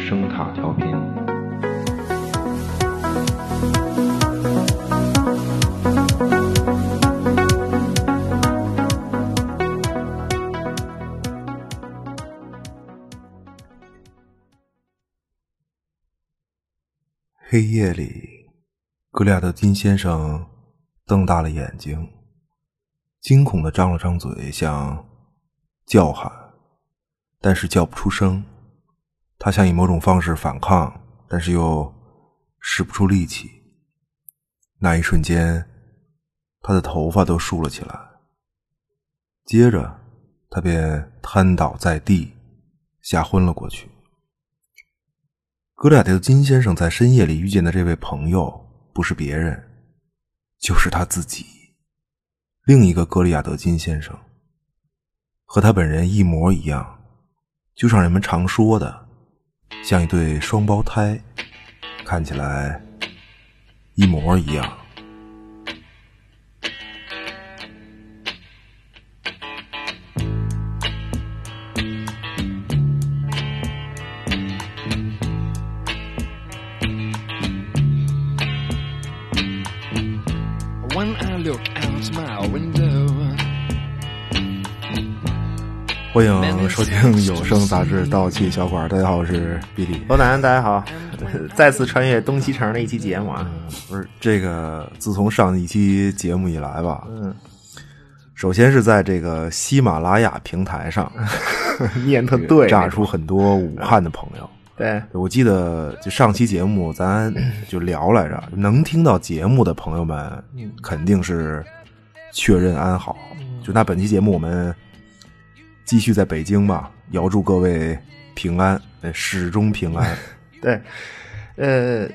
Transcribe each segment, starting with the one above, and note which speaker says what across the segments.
Speaker 1: 声塔调频。
Speaker 2: 黑夜里，格里亚特金先生瞪大了眼睛，惊恐的张了张嘴，想叫喊，但是叫不出声。他想以某种方式反抗，但是又使不出力气。那一瞬间，他的头发都竖了起来。接着，他便瘫倒在地，吓昏了过去。格里亚特金先生在深夜里遇见的这位朋友，不是别人，就是他自己，另一个格里亚德金先生，和他本人一模一样，就像人们常说的，像一对双胞胎，看起来一模一样。
Speaker 3: When I look out my window,
Speaker 2: 欢迎收听有声杂志《盗气小馆》，大家好，我是比利。
Speaker 4: 罗南，大家好，再次穿越东西城的一期节目啊，
Speaker 2: 嗯不是这个，自从上一期节目以来吧，
Speaker 4: 嗯，
Speaker 2: 首先是在这个喜马拉雅平台上
Speaker 4: 念特对，
Speaker 2: 炸出很多武汉的朋友。
Speaker 4: 对，
Speaker 2: 我记得就上期节目咱就聊来着，
Speaker 4: 嗯
Speaker 2: 能听到节目的朋友们肯定是确认安好。
Speaker 4: 嗯
Speaker 2: 就那本期节目我们继续在北京吧，遥祝各位平安，呃始终 平安。
Speaker 4: 对，呃，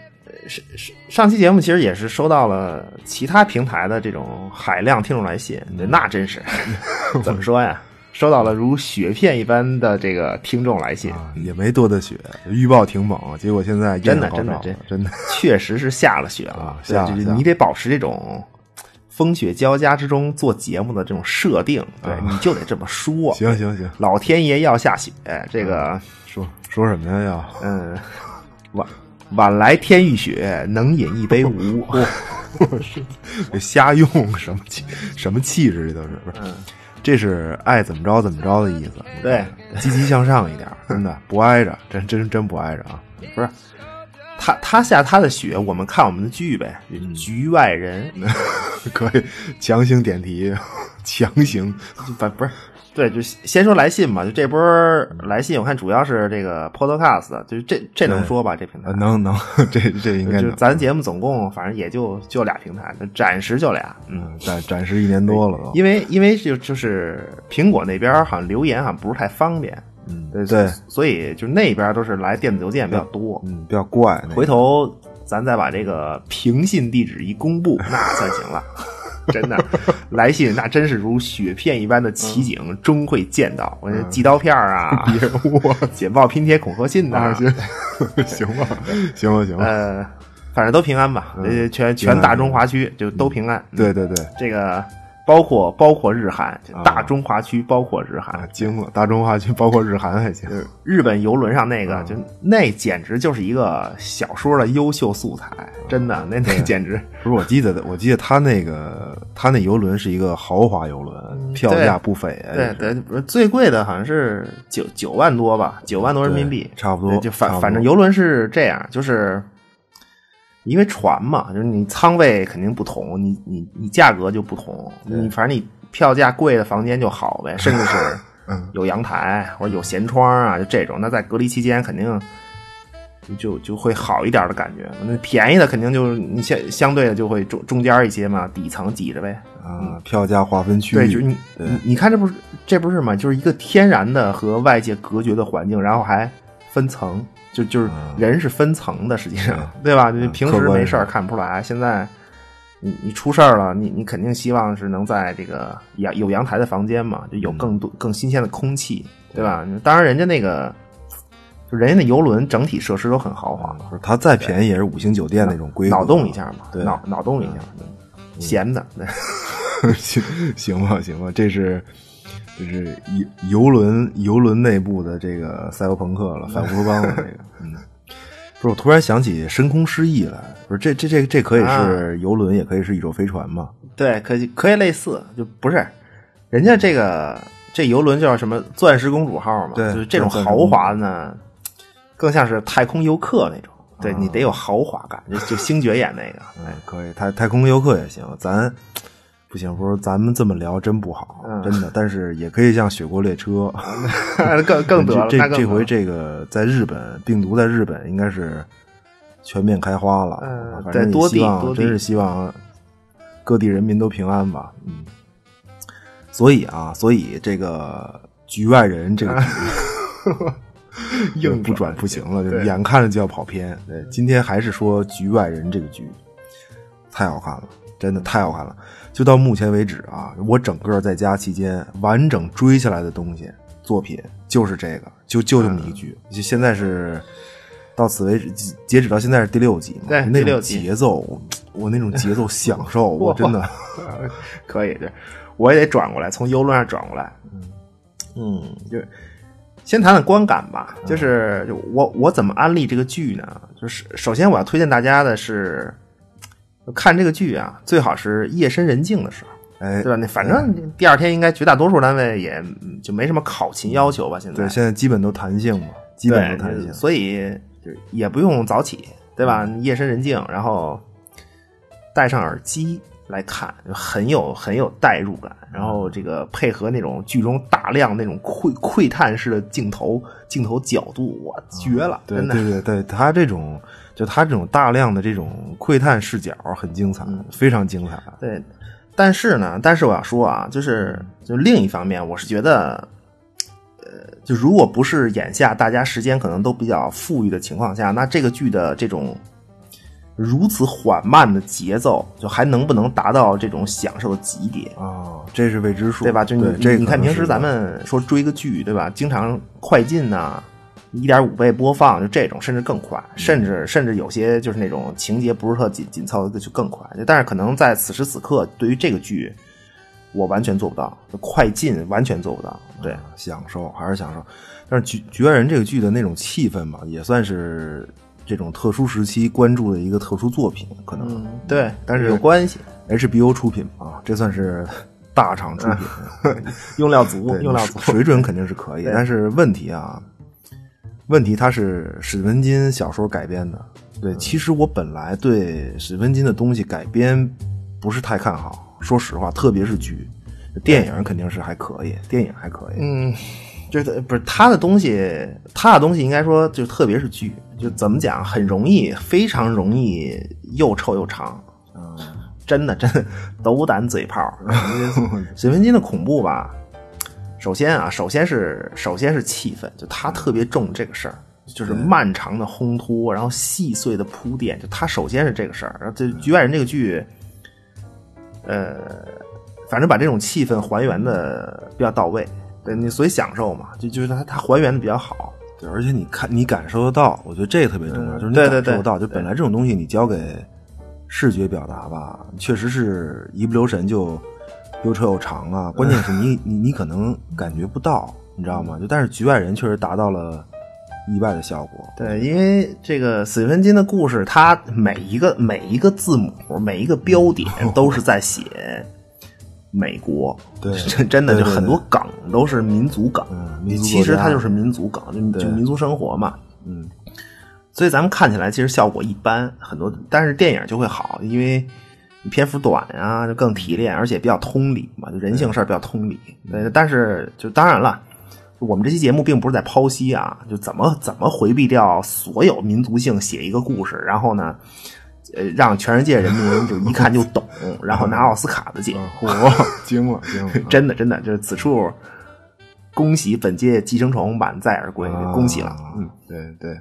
Speaker 4: 是是，上期节目其实也是收到了其他平台的这种海量听众来信，
Speaker 2: 嗯
Speaker 4: 对，那真是 怎么说呀？收到了如雪片一般的这个听众来信，
Speaker 2: 啊，也没多大雪，预报挺猛，结果现在
Speaker 4: 真的
Speaker 2: 艳阳高
Speaker 4: 真的
Speaker 2: 照
Speaker 4: 真
Speaker 2: 真的，
Speaker 4: 确实是下了雪了
Speaker 2: 啊，
Speaker 4: 对
Speaker 2: 下了
Speaker 4: 就是
Speaker 2: 下了
Speaker 4: 你得保持这种风雪交加之中做节目的这种设定，对，
Speaker 2: 啊
Speaker 4: 你就得这么说，
Speaker 2: 行啊行行，
Speaker 4: 老天爷要下雪，这个。
Speaker 2: 说说什么呀？要
Speaker 4: 嗯，晚晚来天欲雪，能饮一杯 无。
Speaker 2: 这 瞎用什么气什么气质，这都是不是？这是爱怎么着怎么着的意思。
Speaker 4: 嗯对，
Speaker 2: 积极向上一点，真的不挨着，真真真不挨着啊！
Speaker 4: 不是，他他下他的雪，我们看我们的剧呗，
Speaker 2: 嗯
Speaker 4: 《局外人》
Speaker 2: 可以强行点题， 强行
Speaker 4: 不不是。对，就先说来信嘛，就这波来信，我看主要是这个 Podcast，就是这这能说吧？这平台
Speaker 2: 呃能能，这这应该
Speaker 4: 就
Speaker 2: 能
Speaker 4: 是咱节目总共反正也就就俩平台，暂时就俩，嗯，
Speaker 2: 嗯暂暂时一年多了都，
Speaker 4: 因为因为就就是苹果那边好像留言好像不是太方便，
Speaker 2: 嗯
Speaker 4: 对
Speaker 2: 对，
Speaker 4: 所以就那边都是来电子邮件比较多，
Speaker 2: 嗯比较怪，那个
Speaker 4: 回头咱再把这个平信地址一公布，那算行 了。真的，来信那真是如雪片一般的奇景，
Speaker 2: 嗯
Speaker 4: 终会见到。我这寄刀片儿 啊， 简报拼贴恐吓信呐、
Speaker 2: 啊行 行吧，行 吧行吧，
Speaker 4: 呃，反正都平安吧。呃，全
Speaker 2: 嗯平安
Speaker 4: 全大中华区就都平安。
Speaker 2: 对对对
Speaker 4: 这个包括包括日韩，
Speaker 2: 啊
Speaker 4: 大中华区包括日韩。
Speaker 2: 啊，惊了，大中华区包括日韩还行，
Speaker 4: 日本游轮上那个，
Speaker 2: 嗯
Speaker 4: 就那简直就是一个小说的优秀素材，真的，那那简直。
Speaker 2: 不是，我记得，我记得他那个他那游轮是一个豪华游轮，票价不菲啊，
Speaker 4: 嗯对对，不是最贵的好像是九九万多吧，九万多人民币
Speaker 2: 对，差不多
Speaker 4: 对就
Speaker 2: 差
Speaker 4: 反
Speaker 2: 不多
Speaker 4: 反正游轮是这样，就是因为船嘛，就是你舱位肯定不同，你你你价格就不同，你反正你票价贵的房间就好呗，甚至是
Speaker 2: 嗯
Speaker 4: 有阳台或者有舷窗啊，就这种。那在隔离期间肯定。就就会好一点的感觉，那便宜的肯定就是你相相对的就会中中间一些嘛，底层挤着呗，
Speaker 2: 啊，票价划分区
Speaker 4: 嗯
Speaker 2: 域，
Speaker 4: 对，就是你
Speaker 2: 对
Speaker 4: 你你看这不是这不是嘛？就是一个天然的和外界隔绝的环境，然后还分层，就就是
Speaker 2: 啊
Speaker 4: 人是分层的，实际上、
Speaker 2: 嗯
Speaker 4: 对吧？你平
Speaker 2: 客
Speaker 4: 时
Speaker 2: 观
Speaker 4: 没事儿
Speaker 2: 上
Speaker 4: 看不出来，现在你你出事儿了，你你肯定希望是能在这个阳有阳台的房间嘛，就有
Speaker 2: 嗯
Speaker 4: 更多、更新鲜的空气，对吧？当然，人家那个就人家那游轮整体设施都很豪华，
Speaker 2: 不是啊他再便宜也是五星酒店那种规格，
Speaker 4: 脑洞一 下嘛，
Speaker 2: 对嗯
Speaker 4: 脑 脑洞一下，闲的。对
Speaker 2: 行行吧行吧，这是就是游游轮游轮内部的这个赛博朋克了，反乌托邦了这个。嗯，不是，我突然想起深空失忆来，不是这这这这可以
Speaker 4: 啊
Speaker 2: 是游轮，也可以是宇宙飞船嘛？
Speaker 4: 对，可以可以类似，就不是人家这个这游轮叫什么钻石公主号嘛，
Speaker 2: 对
Speaker 4: 就是这种豪华呢，更像是太空游客那种。对你得有豪华感，就就星爵演那个，
Speaker 2: 哎，可以，太太空游客也行，咱。不行，不是咱们这么聊真不好，
Speaker 4: 嗯
Speaker 2: 真的。但是也可以像雪国列车，
Speaker 4: 更更得了。
Speaker 2: 这
Speaker 4: 那
Speaker 2: 这
Speaker 4: 更得
Speaker 2: 这
Speaker 4: 了
Speaker 2: 回这个在日本病毒在日本应该是全面开花了，
Speaker 4: 嗯
Speaker 2: 反
Speaker 4: 对
Speaker 2: 正也
Speaker 4: 多地
Speaker 2: 希望
Speaker 4: 多地
Speaker 2: 真是希望各地人民都平安吧，嗯。所以啊，所以这个局外人这个 局
Speaker 4: 硬
Speaker 2: 不
Speaker 4: 转
Speaker 2: 转不行了，就
Speaker 4: 对
Speaker 2: 眼看着就要跑偏。对，今天还是说局外人这个局太好看了，真的太好看了。就到目前为止啊，我整个在家期间完整追下来的东西作品就是这个，就就
Speaker 4: 嗯
Speaker 2: 这么一剧。就现在是到此为止，截截止到现在是第六集嘛？
Speaker 4: 对
Speaker 2: 那
Speaker 4: 第六
Speaker 2: 种
Speaker 4: 集
Speaker 2: 节奏，我我那种节奏享受，我 真的，
Speaker 4: 可以，对，我也得转过来，从游轮上转过来。
Speaker 2: 嗯
Speaker 4: 就是先谈谈观感吧，就是就我我怎么安利这个剧呢？就是首先我要推荐大家的是，看这个剧啊，最好是夜深人静的时候，
Speaker 2: 哎
Speaker 4: 对，吧？那反
Speaker 2: 嗯
Speaker 4: 正第二天应该绝大多数单位也嗯就没什么考勤要求吧？现在
Speaker 2: 对，现在基本都弹性嘛，基本都弹
Speaker 4: 对，
Speaker 2: 性。
Speaker 4: 所以就是也不用早起，对吧？
Speaker 2: 嗯
Speaker 4: 夜深人静，然后戴上耳机来看，很有很有代入感。然
Speaker 2: 嗯
Speaker 4: 后这个配合那种剧中大量那种窥窥探式的镜头、镜头角度，哇，绝了！
Speaker 2: 啊对
Speaker 4: 真的
Speaker 2: 对对对，他这种就他这种大量的这种窥探视角很精彩，非常精彩。
Speaker 4: 嗯对。但是呢，但是我要说啊，就是就另一方面，我是觉得。呃，就如果不是眼下大家时间可能都比较富裕的情况下，那这个剧的这种如此缓慢的节奏，就还能不能达到这种享受的极点，
Speaker 2: 啊，这是未知数，
Speaker 4: 对吧？就你
Speaker 2: 这
Speaker 4: 你
Speaker 2: 可
Speaker 4: 看
Speaker 2: 能
Speaker 4: 平
Speaker 2: 是
Speaker 4: 时咱们说追个剧，对吧？经常快进呐、一点五倍播放，就这种，甚至更快，甚至甚至有些就是那种情节不是特紧紧凑的就更快。但是可能在此时此刻，对于这个剧，我完全做不到，就快进完全做不到。对，
Speaker 2: 啊享受还是享受。但是局《局外人》这个剧的那种气氛吧，也算是这种特殊时期关注的一个特殊作品，可能、
Speaker 4: 嗯，对，但是
Speaker 2: 有
Speaker 4: 有关系，
Speaker 2: HBO 出品啊，这算是大厂出品，
Speaker 4: 啊用料足，
Speaker 2: 对
Speaker 4: 用料足
Speaker 2: 水。水准肯定是可以，
Speaker 4: 对
Speaker 2: 但是问题啊，问题它是史文金小说改编的。对，
Speaker 4: 嗯
Speaker 2: 其实我本来对史文金的东西改编不是太看好，说实话，特别是剧，电影肯定是还可以，电影还可以。
Speaker 4: 嗯，就是不是他的东西，他的东西应该说就特别是剧，就怎么讲，很容易，非常容易又臭又长，
Speaker 2: 嗯，
Speaker 4: 真的真的斗胆嘴炮。
Speaker 2: 嗯
Speaker 4: 水文金的恐怖吧，首先啊，首先是首先是气氛，就他特别重这个事儿。
Speaker 2: 嗯
Speaker 4: 就是漫长的烘托，然后细碎的铺垫，就他首先是这个事儿，然后这《局外人》这个剧，呃，反正把这种气氛还原的比较到位，对你所以享受嘛，就就是它它还原的比较好，
Speaker 2: 对，而且你看，你感受得到，我觉得这个特别重要，
Speaker 4: 嗯
Speaker 2: 就是你
Speaker 4: 对对
Speaker 2: 感受得
Speaker 4: 对
Speaker 2: 到。就
Speaker 4: 对
Speaker 2: 本来这种东西，你交给视觉表达吧，确实是一不留神就又臭又 长啊。关键是你你你可能感觉不到，你知道
Speaker 4: 嗯
Speaker 2: 吗？就但是局外人确实达到了意外的效果。
Speaker 4: 对，因为这个死神金的故事，它每一个 每一个字母、每一个标 点都是在写美国，
Speaker 2: 对
Speaker 4: 这真的
Speaker 2: 对
Speaker 4: 就
Speaker 2: 对
Speaker 4: 很
Speaker 2: 对
Speaker 4: 多梗都是民族梗
Speaker 2: 嗯，民族
Speaker 4: 其实
Speaker 2: 国家
Speaker 4: 它就是民族梗，就就民族生活嘛，
Speaker 2: 嗯，
Speaker 4: 所以咱们看起来其实效果一般，很多，但是电影就会好，因为你篇幅短啊，就更提炼，而且比较通理嘛，就人性事儿比较通理。
Speaker 2: 嗯
Speaker 4: 呃，但是就当然了，我们这期节目并不是在剖析啊，就怎么怎么回避掉所有民族性，写一个故事，然后呢，呃，让全世界人民就一看就懂，呃然后拿奥斯卡的奖。
Speaker 2: 火嗯惊了惊了，嗯
Speaker 4: 真的真的，就是此处，恭喜本届《寄生虫》满载而归，
Speaker 2: 啊
Speaker 4: 恭喜了。嗯，，
Speaker 2: 对对。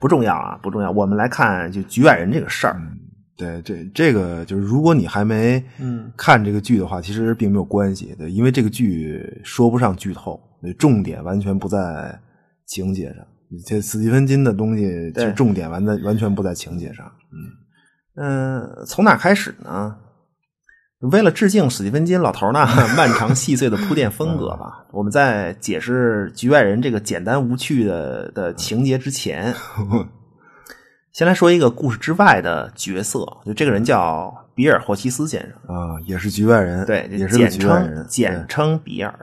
Speaker 4: 不重要啊，不重要。我们来看就局外人这个事儿。
Speaker 2: 对，这这个就是，如果你还没
Speaker 4: 嗯
Speaker 2: 看这个剧的话，其实并没有关系，对，因为这个剧说不上剧透，对重点完全不在情节上。这斯蒂芬金的东西，
Speaker 4: 对
Speaker 2: 就重点完在完全不在情节上。
Speaker 4: 嗯、从哪开始呢？
Speaker 2: 为了致敬史蒂芬金老头儿那 漫长细碎的铺垫风格吧，我们在解释《局外人》这个简单无趣的的情节之前，先来说一个故事之外的角色，就这个人叫比尔·霍奇斯先生。
Speaker 4: 啊，也是局外人，
Speaker 2: 对，
Speaker 4: 也是个
Speaker 2: 简
Speaker 4: 局外
Speaker 2: 称
Speaker 4: 人，
Speaker 2: 简称比尔。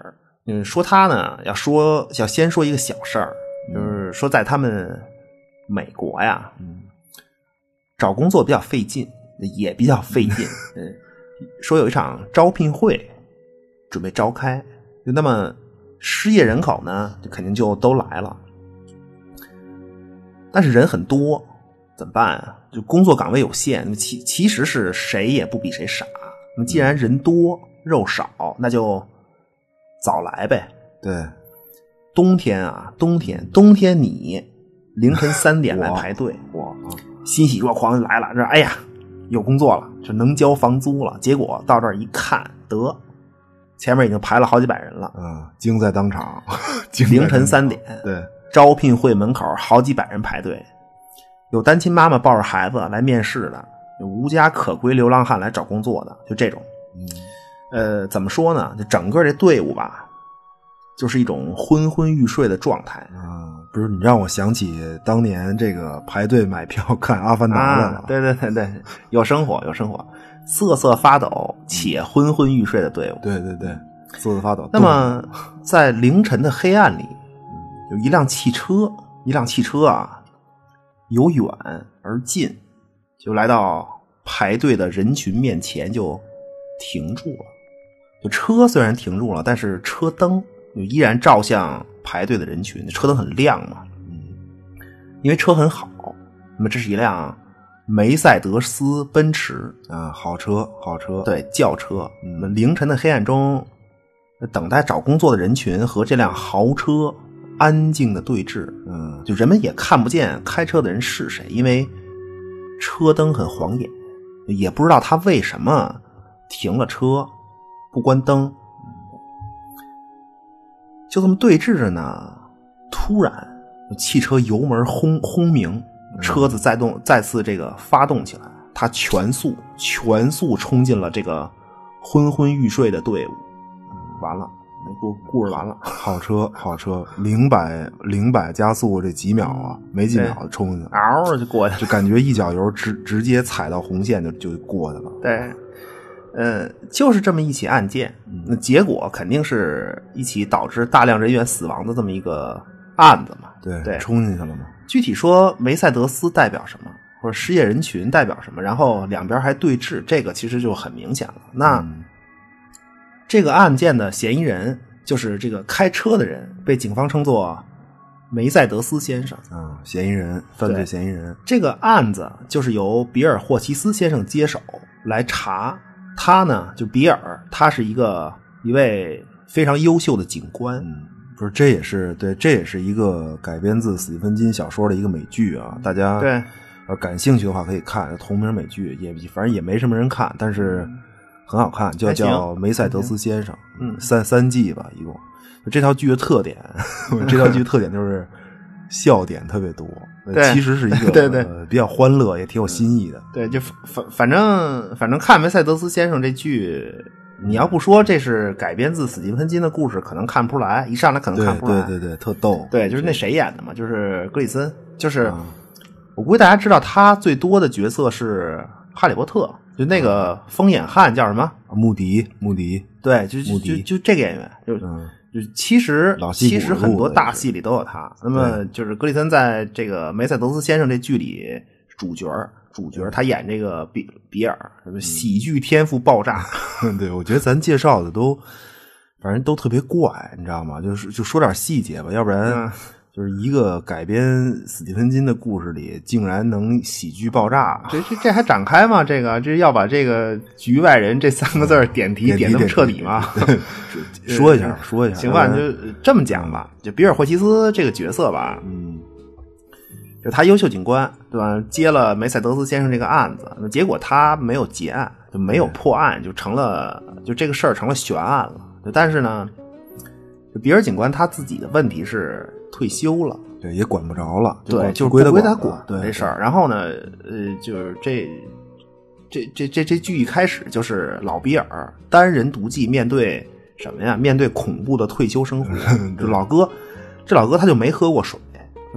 Speaker 2: 嗯，说他呢，要说要先说一个小事儿，就是说在他们美国呀，
Speaker 4: 嗯
Speaker 2: 找工作比较费劲，也比较费劲。嗯，说有一场招聘会准备召开，那么失业人口呢，就肯定就都来了，但是人很多，怎么办啊？就工作岗位有限，那么其其实是谁也不比谁傻。那么既然人多肉少，那就早来呗。
Speaker 4: 对，
Speaker 2: 冬天啊，冬天，冬天你凌晨三点来
Speaker 4: 哇
Speaker 2: 排队，
Speaker 4: 哇，
Speaker 2: 欣喜若狂地来了，这哎呀有工作了，这能交房租了。结果到这儿一看，得前面已经排了好几百人了，
Speaker 4: 啊，惊在当场，惊在
Speaker 2: 凌晨
Speaker 4: 当场，
Speaker 2: 三 点，
Speaker 4: 对，
Speaker 2: 招聘会门口好几百人排队，有单亲妈妈抱着孩子来面试的，有无家可归流浪汉来找工作的，就这种。
Speaker 4: 嗯
Speaker 2: 呃，怎么说呢？就整个这队伍吧，就是一种昏昏欲睡的状态。
Speaker 4: 啊，不是你让我想起当年这个排队买票 看《阿凡达》来了，
Speaker 2: 啊对对对对，有生活有生活，瑟瑟发抖且昏昏欲睡的队伍。
Speaker 4: 对对对，瑟瑟发抖。
Speaker 2: 那么，在凌晨的黑暗里，有一辆汽车，一辆汽车啊，由远而近，就来到排队的人群面前，就停住了。就车虽然停住了，但是车灯就依然照向排队的人群，车灯很亮嘛，因为车很好。那么，这是一辆梅赛德斯奔驰，
Speaker 4: 动啊，好车好车，，
Speaker 2: 对轿车，
Speaker 4: 嗯
Speaker 2: 那凌晨的黑暗中，等待找工作的人群和这辆豪车安静的对峙，
Speaker 4: 嗯
Speaker 2: 就人们也看不见开车的人是谁，因为车灯很晃眼，也不知道他为什么停了车不关灯，就这么对峙着呢。突然，汽车油门轰轰鸣，
Speaker 4: 嗯
Speaker 2: 车子再动再次这个发动起来，它全速全速冲进了这个昏昏欲睡的队伍。完了，故故事完了。
Speaker 4: 好车好车，零百零百加速这几秒啊，没几秒就冲进去，了，
Speaker 2: 嗷就过去了。
Speaker 4: 就感觉一脚油直直接踩到红线就就过去了。
Speaker 2: 对，呃，就是这么一起案件，
Speaker 4: 嗯
Speaker 2: 那结果肯定是一起导致大量人员死亡的这么一个案子嘛。
Speaker 4: 对
Speaker 2: 对
Speaker 4: 冲进去了嘛，
Speaker 2: 具体说，梅赛德斯代表什么，或者失业人群代表什么，然后两边还对峙，这个其实就很明显了。那、
Speaker 4: 嗯
Speaker 2: 这个案件的嫌疑人就是这个开车的人，被警方称作梅赛德斯先生。
Speaker 4: 啊，嫌疑人，犯罪
Speaker 2: 对
Speaker 4: 嫌疑人，
Speaker 2: 这个案子就是由比尔·霍奇斯先生接手来查。他呢，就比尔，他是一个一位非常优秀的警官。
Speaker 4: 嗯，不是，这也是对，这也是一个改编自斯蒂芬金小说的一个美剧啊，大家
Speaker 2: 对
Speaker 4: 要感兴趣的话可以看同名美剧，也反正也没什么人看，但是很好看，叫
Speaker 2: 还行
Speaker 4: 叫《梅赛德斯先生》，
Speaker 2: 嗯
Speaker 4: 三三季吧，一共。这套剧的特点， 这套剧的特点就是笑点特别多，
Speaker 2: 对
Speaker 4: 其实是一个
Speaker 2: 对对嗯
Speaker 4: 呃比较欢乐，也挺有新意的。
Speaker 2: 对，就反反反正反正看梅赛德斯先生这剧，你要不说这是改编自斯蒂芬金的故事，可能看不出来，一上来可能
Speaker 4: 对
Speaker 2: 看不出来。
Speaker 4: 对对对，特逗。
Speaker 2: 对，就是那谁演的嘛，就是格里森，就是、
Speaker 4: 啊
Speaker 2: 我估计大家知道他最多的角色是《哈利波特》，就那个疯眼汉叫什么？
Speaker 4: 嗯啊穆迪，穆迪，
Speaker 2: 对，就
Speaker 4: 穆
Speaker 2: 就就
Speaker 4: 迪
Speaker 2: 就这个演员，就、
Speaker 4: 嗯，
Speaker 2: 就其实
Speaker 4: 老戏骨
Speaker 2: 其实很
Speaker 4: 路
Speaker 2: 多
Speaker 4: 子
Speaker 2: 大戏里都有他。那么就是格里森在这个《梅赛德斯先生》这剧里是主角儿，主角儿他演这个比比尔，什么
Speaker 4: 嗯
Speaker 2: 喜剧天赋爆炸，
Speaker 4: 对，我觉得咱介绍的都，反正都特别怪，你知道吗？就是就说点细节吧，要不然
Speaker 2: 嗯
Speaker 4: 就是一个改编斯蒂芬金的故事里，竟然能喜剧爆炸，
Speaker 2: 这这这还展开吗？这个这要把这个“局外人”这三个字儿点题
Speaker 4: 嗯点
Speaker 2: 点
Speaker 4: 题
Speaker 2: 那么
Speaker 4: 点
Speaker 2: 彻
Speaker 4: 题
Speaker 2: 底 吗？
Speaker 4: 说一下，说一下，
Speaker 2: 行
Speaker 4: 要
Speaker 2: 吧，
Speaker 4: 不
Speaker 2: 就
Speaker 4: 然
Speaker 2: 这么讲吧。就比尔霍奇斯这个角色吧，
Speaker 4: 嗯
Speaker 2: 就他优秀警官，对吧？接了梅赛德斯先生这个案子，那结果他没有结案，就没有破案，就成了就这个事儿成了悬案了。就但是呢，就比尔警官他自己的问题是退休了，
Speaker 4: 对也管不着了，
Speaker 2: 对，
Speaker 4: 就
Speaker 2: 就是
Speaker 4: 归
Speaker 2: 不归
Speaker 4: 他
Speaker 2: 他
Speaker 4: 管了，对
Speaker 2: 这事儿。然后呢，呃，就是这这这这这剧一开始就是老比尔单人独骑面对什么呀？面对恐怖的退休生活。这老哥，这老哥他就没喝过水，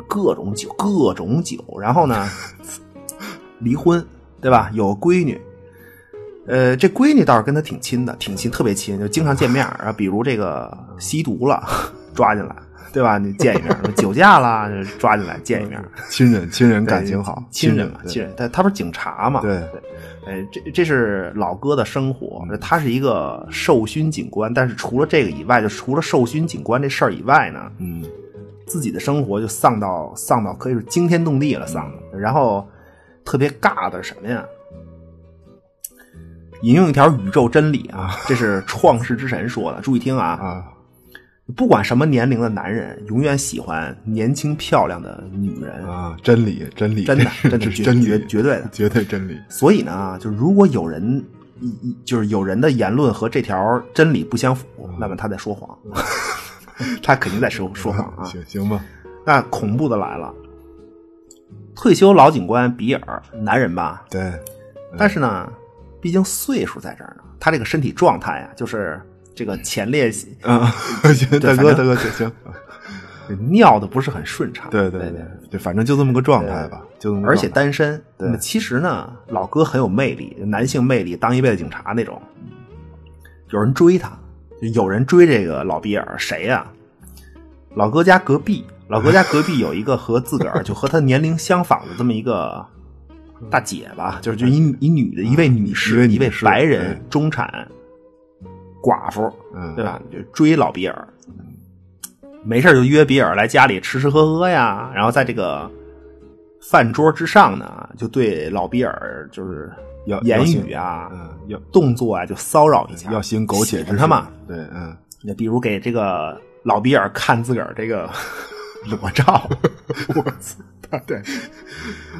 Speaker 2: 各种酒，各种酒。然后呢，离婚，对吧？有闺女，呃，这闺女倒是跟他挺亲的，挺亲，特别亲，就经常见面儿啊。比如这个吸毒了， 抓进来，对吧？你见一面儿；酒驾啦，抓进来见一面儿。
Speaker 4: 亲人亲人
Speaker 2: 对
Speaker 4: 感情好，
Speaker 2: 亲人嘛，
Speaker 4: 对
Speaker 2: 亲人。他他不是警察嘛？
Speaker 4: 对嗯
Speaker 2: 哎，这这是老哥的生活，他是一个授勋警官，但是除了这个以外，就除了授勋警官这事儿以外呢，
Speaker 4: 嗯
Speaker 2: 自己的生活就丧到丧到可以是惊天动地了丧的。然后特别尬的是什么呀？引用一条宇宙真理 啊，这是创世之神说的，注意听啊！
Speaker 4: 啊，
Speaker 2: 不管什么年龄的男人，永远喜欢年轻漂亮的女人，
Speaker 4: 啊，真理，真理，
Speaker 2: 真的
Speaker 4: 这是这是
Speaker 2: 真的绝
Speaker 4: 真理，
Speaker 2: 绝绝对的
Speaker 4: 绝对真理。
Speaker 2: 所以呢，就如果有人一一就是有人的言论和这条真理不相符，
Speaker 4: 嗯
Speaker 2: 那么他在说谎， 他肯定在说说谎 啊。
Speaker 4: 行行吧，
Speaker 2: 那恐怖的来了，退休老警官比尔，男人吧，
Speaker 4: 对，嗯
Speaker 2: 但是呢，毕竟岁数在这儿呢，他这个身体状态啊，就是这个前列腺
Speaker 4: 啊， 行，大
Speaker 2: 对
Speaker 4: 哥，
Speaker 2: 反正
Speaker 4: 大哥，行行，
Speaker 2: 尿的不是很顺畅，
Speaker 4: 对
Speaker 2: 对
Speaker 4: 对，对，反正就这么个状态吧，就这么个状态，
Speaker 2: 而且单身。
Speaker 4: 对
Speaker 2: 那么其实呢，老哥很有魅力，男性魅力，当一辈子警察那种。有人追他，就有人追这个老比尔，谁呀、老哥家隔壁，老哥家隔壁有一个和自个儿就和他年龄相仿的这么一个大姐吧，就是就一一女的一位
Speaker 4: 嗯一
Speaker 2: 女
Speaker 4: 位
Speaker 2: 士，
Speaker 4: 女
Speaker 2: 一位
Speaker 4: 士
Speaker 2: 白人
Speaker 4: 对
Speaker 2: 中产寡妇，
Speaker 4: 嗯，
Speaker 2: 对吧？就追老比尔，没事儿就约比尔来家里吃吃喝喝呀，然后在这个饭桌之上呢，就对老比尔就是
Speaker 4: 要
Speaker 2: 言
Speaker 4: 要行
Speaker 2: 语啊、
Speaker 4: 嗯，要
Speaker 2: 动作啊就骚扰一下，
Speaker 4: 要行苟且之
Speaker 2: 他嘛。
Speaker 4: 事对，嗯，
Speaker 2: 那比如给这个老比尔看自个儿这个 裸 照，我操， 啊对。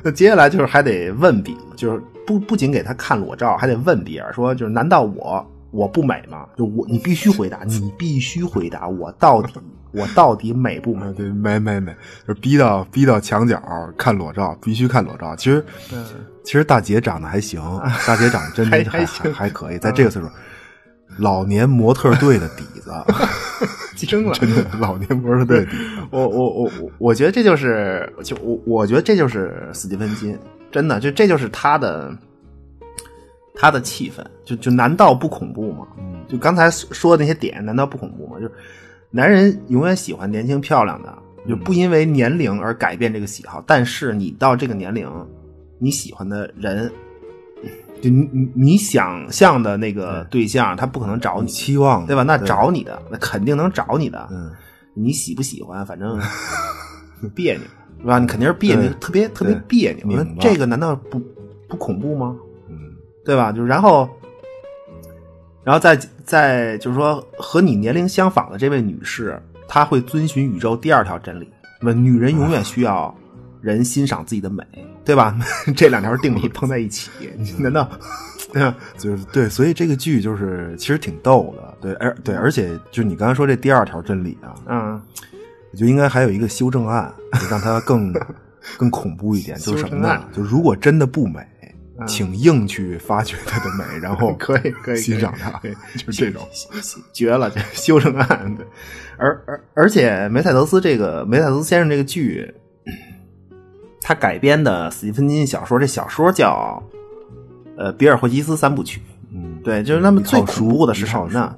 Speaker 2: 那接下来就是还得问比，就是不不仅给他看裸照，还得问比尔说，就是难道我我不美吗？就我你必须回答，你必须回答，我 到底我到底美不美
Speaker 4: 啊，？对，没没没，就是逼到逼到墙角看裸照，必须看裸照。其实，其实大姐长得还行，大姐长得真
Speaker 2: 啊还
Speaker 4: 的还
Speaker 2: 还行啊
Speaker 4: 还可以，在这个岁数，老年模特队的底 子，
Speaker 2: 惊了！
Speaker 4: 真的老年模特队的底子。
Speaker 2: 我我我我我觉得这就是就我我觉得这就是斯蒂芬金，真的就这就是他的他的气氛，就就难道不恐怖吗？
Speaker 4: 嗯
Speaker 2: 就刚才说的那些点，难道不恐怖吗？就是男人永远喜欢年轻漂亮的，就不因为年龄而改变这个喜好，但是你到这个年龄，你喜欢的人。就你你你想象的那个对象，他不可能找你，
Speaker 4: 期望
Speaker 2: 对吧？那找你的，那肯定能找你的。
Speaker 4: 嗯，
Speaker 2: 你喜不喜欢，反正别扭，是吧？你肯定是别扭
Speaker 4: 对，
Speaker 2: 特别特别别扭。
Speaker 4: 拧
Speaker 2: 那
Speaker 4: 巴
Speaker 2: 这个难道不不恐怖吗？
Speaker 4: 嗯
Speaker 2: 对吧？就然后，然后再再就是说，和你年龄相仿的这位女士，她会遵循宇宙第二条真理，那么女人永远需要人欣赏自己的美，对吧？ 这两条定理碰在一起，你 难道？对 吧？
Speaker 4: 嗯就是对，所以这个剧就是其实挺逗的，对，而对，而且就是你刚才说这第二条真理啊，
Speaker 2: 嗯，
Speaker 4: 我觉得应该还有一个修正 案，就让它更更恐怖一点，就是什么
Speaker 2: 修正
Speaker 4: 呢
Speaker 2: 案？嗯
Speaker 4: 就如果真的不美，请硬去发掘它的 美，然后
Speaker 2: 可以可以可以
Speaker 4: 欣赏它， 就是这种。
Speaker 2: 绝了，这修正案。对，而而而且梅赛德斯这个梅赛德斯先生这个剧， 他改编的斯蒂芬金小说，这小说叫呃《比尔霍奇斯三部曲》。
Speaker 4: 嗯，
Speaker 2: 对，就是那么
Speaker 4: 一套
Speaker 2: 最
Speaker 4: 书
Speaker 2: 恐怖的是
Speaker 4: 一
Speaker 2: 什
Speaker 4: 套
Speaker 2: 么呢？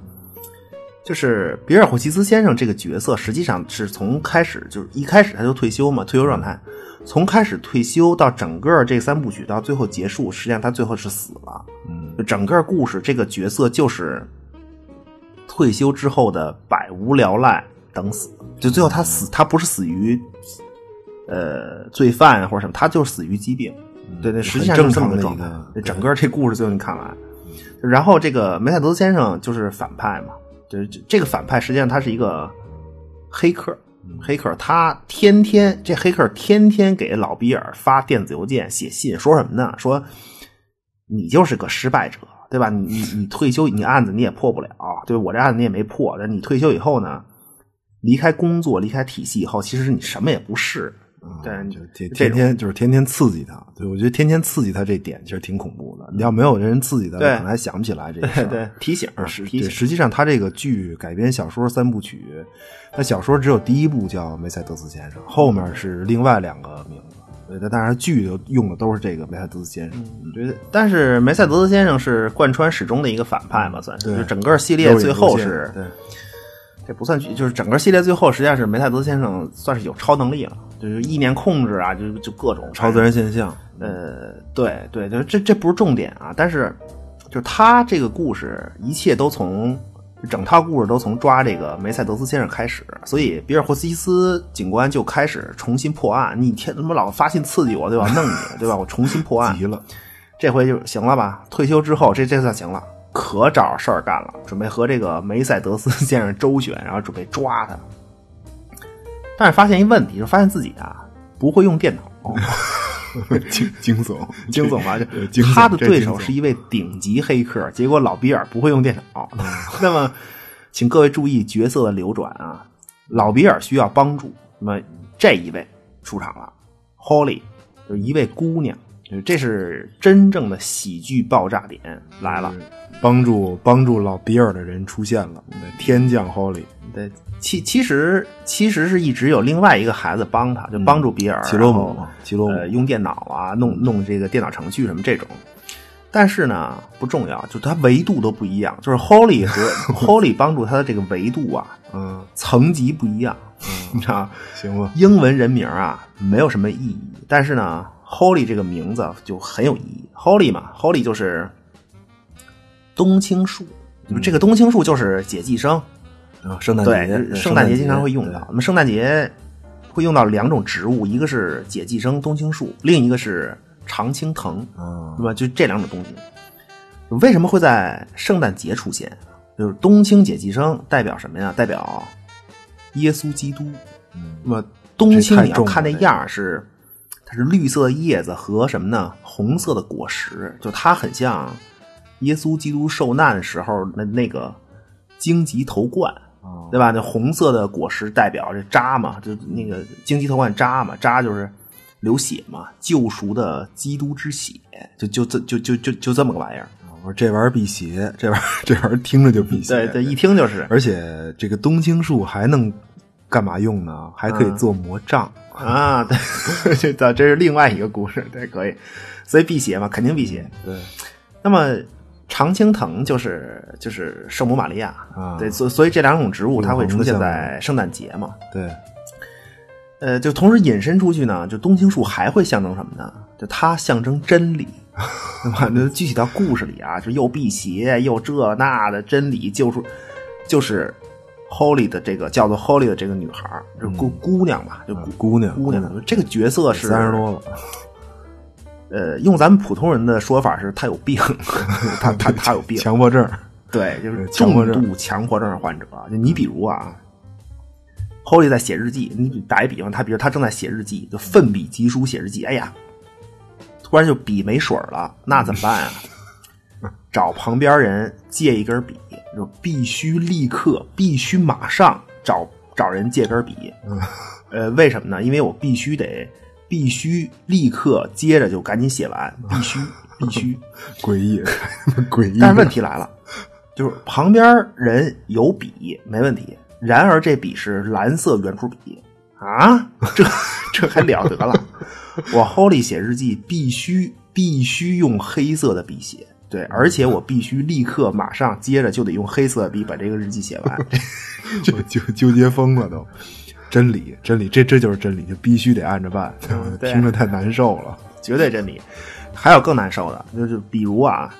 Speaker 2: 就是比尔霍奇斯先生这个角色，实际上是从开始就是一开始他就退休嘛，退休状态，从开始退休到整个这三部曲到最后结束，实际上他最后是死了。
Speaker 4: 嗯，
Speaker 2: 就整个故事这个角色就是退休之后的百无聊赖等死，就最后他死，他不是死于呃罪犯或者什么，他就是死于疾病。对对，实际上就是这么个状态
Speaker 4: 很嗯正常的一个。
Speaker 2: 这整个这故事最后你看完，然后这个梅赛德斯先生就是反派嘛，就是这这个反派实际上他是一个黑客，
Speaker 4: 嗯
Speaker 2: 黑客他天天这黑客天天给老比尔发电子邮件、写信，说什么呢？说你就是个失败者，对吧？你你你退休，你案子你也破不了，对吧我这案子你也没破，但你退休以后呢，离开工作、离开体系以后，其实你什么也不是。对，
Speaker 4: 就天
Speaker 2: 这
Speaker 4: 天
Speaker 2: 种
Speaker 4: 天就是天天刺激他，对我觉得天天刺激他这点其实挺恐怖的。了。你要没有人自己的，
Speaker 2: 对
Speaker 4: 可能还想不起来这个事
Speaker 2: 对
Speaker 4: 儿。
Speaker 2: 对，提醒
Speaker 4: 实
Speaker 2: 提
Speaker 4: 对，
Speaker 2: 醒，
Speaker 4: 实际上他这个剧改编小说三部曲，那小说只有第一部叫《梅赛德斯先生》，后面是另外两个名字。对，但当然剧就用的都是这个梅赛德斯先生。嗯
Speaker 2: 觉得，但是梅赛德斯先生是贯穿始终的一个反派嘛，算是，
Speaker 4: 对
Speaker 2: 就整个系列最后是，
Speaker 4: 对，
Speaker 2: 这不算剧，就是整个系列最后实际上是梅赛德斯先生算是有超能力了，就是意念控制啊，就就各种
Speaker 4: 超自然现象。
Speaker 2: 呃，对对，就是这这不是重点啊，但是就是他这个故事，一切都从整套故事都从抓这个梅赛德斯先生开始，所以比尔霍斯基斯警官就开始重新破案。你天他妈老发信刺激我对吧？弄你对吧？我重新破案
Speaker 4: 急，了，
Speaker 2: 这回就行了吧？退休之后，这这算行了。可找事儿干了，准备和这个梅赛德斯先生周旋，然后准备抓他。但是发现一问题，就发现自己啊不会用电脑，
Speaker 4: 惊惊悚，
Speaker 2: 惊悚吧，
Speaker 4: 对
Speaker 2: 就
Speaker 4: 惊悚
Speaker 2: 他的
Speaker 4: 这
Speaker 2: 对
Speaker 4: 惊
Speaker 2: 手
Speaker 4: 悚
Speaker 2: 是一位顶级黑客，结果老比尔不会用电脑。
Speaker 4: 嗯
Speaker 2: 那么，请各位注意角色的流转啊，老比尔需要帮助。那么这一位出场了，Holly 就是一位姑娘，这是真正的喜剧爆炸点来了。
Speaker 4: 嗯帮助帮助老比尔的人出现了，对天降 Holy
Speaker 2: 对，其其实其实是一直有另外一个孩子帮
Speaker 4: 嗯
Speaker 2: 他，就帮助比尔，
Speaker 4: 奇洛
Speaker 2: 然
Speaker 4: 姆啊
Speaker 2: 后，
Speaker 4: 奇洛姆，
Speaker 2: 呃，用电脑啊，弄弄这个电脑程序什么这种。但是呢，不重要，就它维度都不一样，就是 Holy 和 Holy 帮助他的这个维度啊，
Speaker 4: 嗯，
Speaker 2: 层级不一样，嗯你知道吗
Speaker 4: 行吧，
Speaker 2: 英文人名啊没有什么意义，但是呢，Holy 这个名字就很有意义。Holy 嘛，Holy 就是冬青树，就这个冬青树就是解寄生，
Speaker 4: 啊，圣诞
Speaker 2: 嗯对，
Speaker 4: 节，
Speaker 2: 圣诞节经常会用
Speaker 4: 对
Speaker 2: 到。那么圣诞节会用到两种植物，一个是解寄生冬青树，另一个是常青藤，
Speaker 4: 啊
Speaker 2: 对，吧？就这两种东西，为什么会在圣诞节出现？就是冬青解寄生代表什么呀？代表耶稣基督。
Speaker 4: 嗯
Speaker 2: 那么冬
Speaker 4: 这
Speaker 2: 青
Speaker 4: 太
Speaker 2: 你要
Speaker 4: 重了
Speaker 2: 看那
Speaker 4: 这个
Speaker 2: 样儿是，它是绿色叶子和什么呢？红色的果实，就它很像耶稣基督受难时候那那个荆棘头冠。
Speaker 4: 啊
Speaker 2: 对吧？那红色的果实代表这渣嘛，就那个荆棘头冠渣嘛，渣就是流血嘛，救赎的基督之血，就就这就就就就这么个玩意儿。
Speaker 4: 啊我说这玩意儿辟邪，这玩意儿这玩意儿听着就辟邪，
Speaker 2: 对对，一听就是
Speaker 4: 而且这个冬青树还能干嘛用呢？还可以
Speaker 2: 嗯
Speaker 4: 做魔 杖。
Speaker 2: 啊，对， 这这这是另外一个故事，对，可以。所以辟邪嘛，肯定辟邪。
Speaker 4: 对，
Speaker 2: 那么常青藤就是就是圣母玛利亚，
Speaker 4: 啊
Speaker 2: 对，所所以这两种植物它会
Speaker 4: 永恒
Speaker 2: 出
Speaker 4: 的象
Speaker 2: 现
Speaker 4: 征
Speaker 2: 在圣诞节嘛，
Speaker 4: 对，
Speaker 2: 呃，就同时引申出去呢，就冬青树还会象征什么呢？就它象征真 理，对吧？那具体到故事里啊，就又辟邪又这那的真理救赎，就是 Holy 的这个叫做 Holy 的这个女孩儿，就姑姑娘吧，就姑
Speaker 4: 嗯姑娘
Speaker 2: 姑娘。这个角色是
Speaker 4: 三十多了，
Speaker 2: 呃，用咱们普通人的说法是她有病， 她她她有病，
Speaker 4: 强迫症。呃
Speaker 2: 对，就是
Speaker 4: 强迫
Speaker 2: 重
Speaker 4: 症
Speaker 2: 度强迫症患者。就你比如啊，Holly 在写日记，你比打一比方，他比如他正在写日记，就奋笔疾书写日记，哎呀，突然就笔没水儿了，那怎么办啊？找旁边人借一根笔，就必须立刻，必须马上找找人借根笔。呃，为什么呢？因为我必须得，必须立刻接着就赶紧写完，必 须必须。
Speaker 4: 诡异，诡异。
Speaker 2: 但是问题来了，就是旁边人有笔没问题，然而这笔是蓝色圆珠笔啊，这这还了得了！我 Holy 写日记必须必须用黑色的笔写，对，而且我必须立刻马上接着就得用黑色的笔把这个日记写完。
Speaker 4: 我 纠纠结疯了都。真理，真理，这这就是真理，就必须得按着办，
Speaker 2: 嗯对
Speaker 4: 听着太难受 了。
Speaker 2: 绝对真理。还有更难受的，就是比如啊，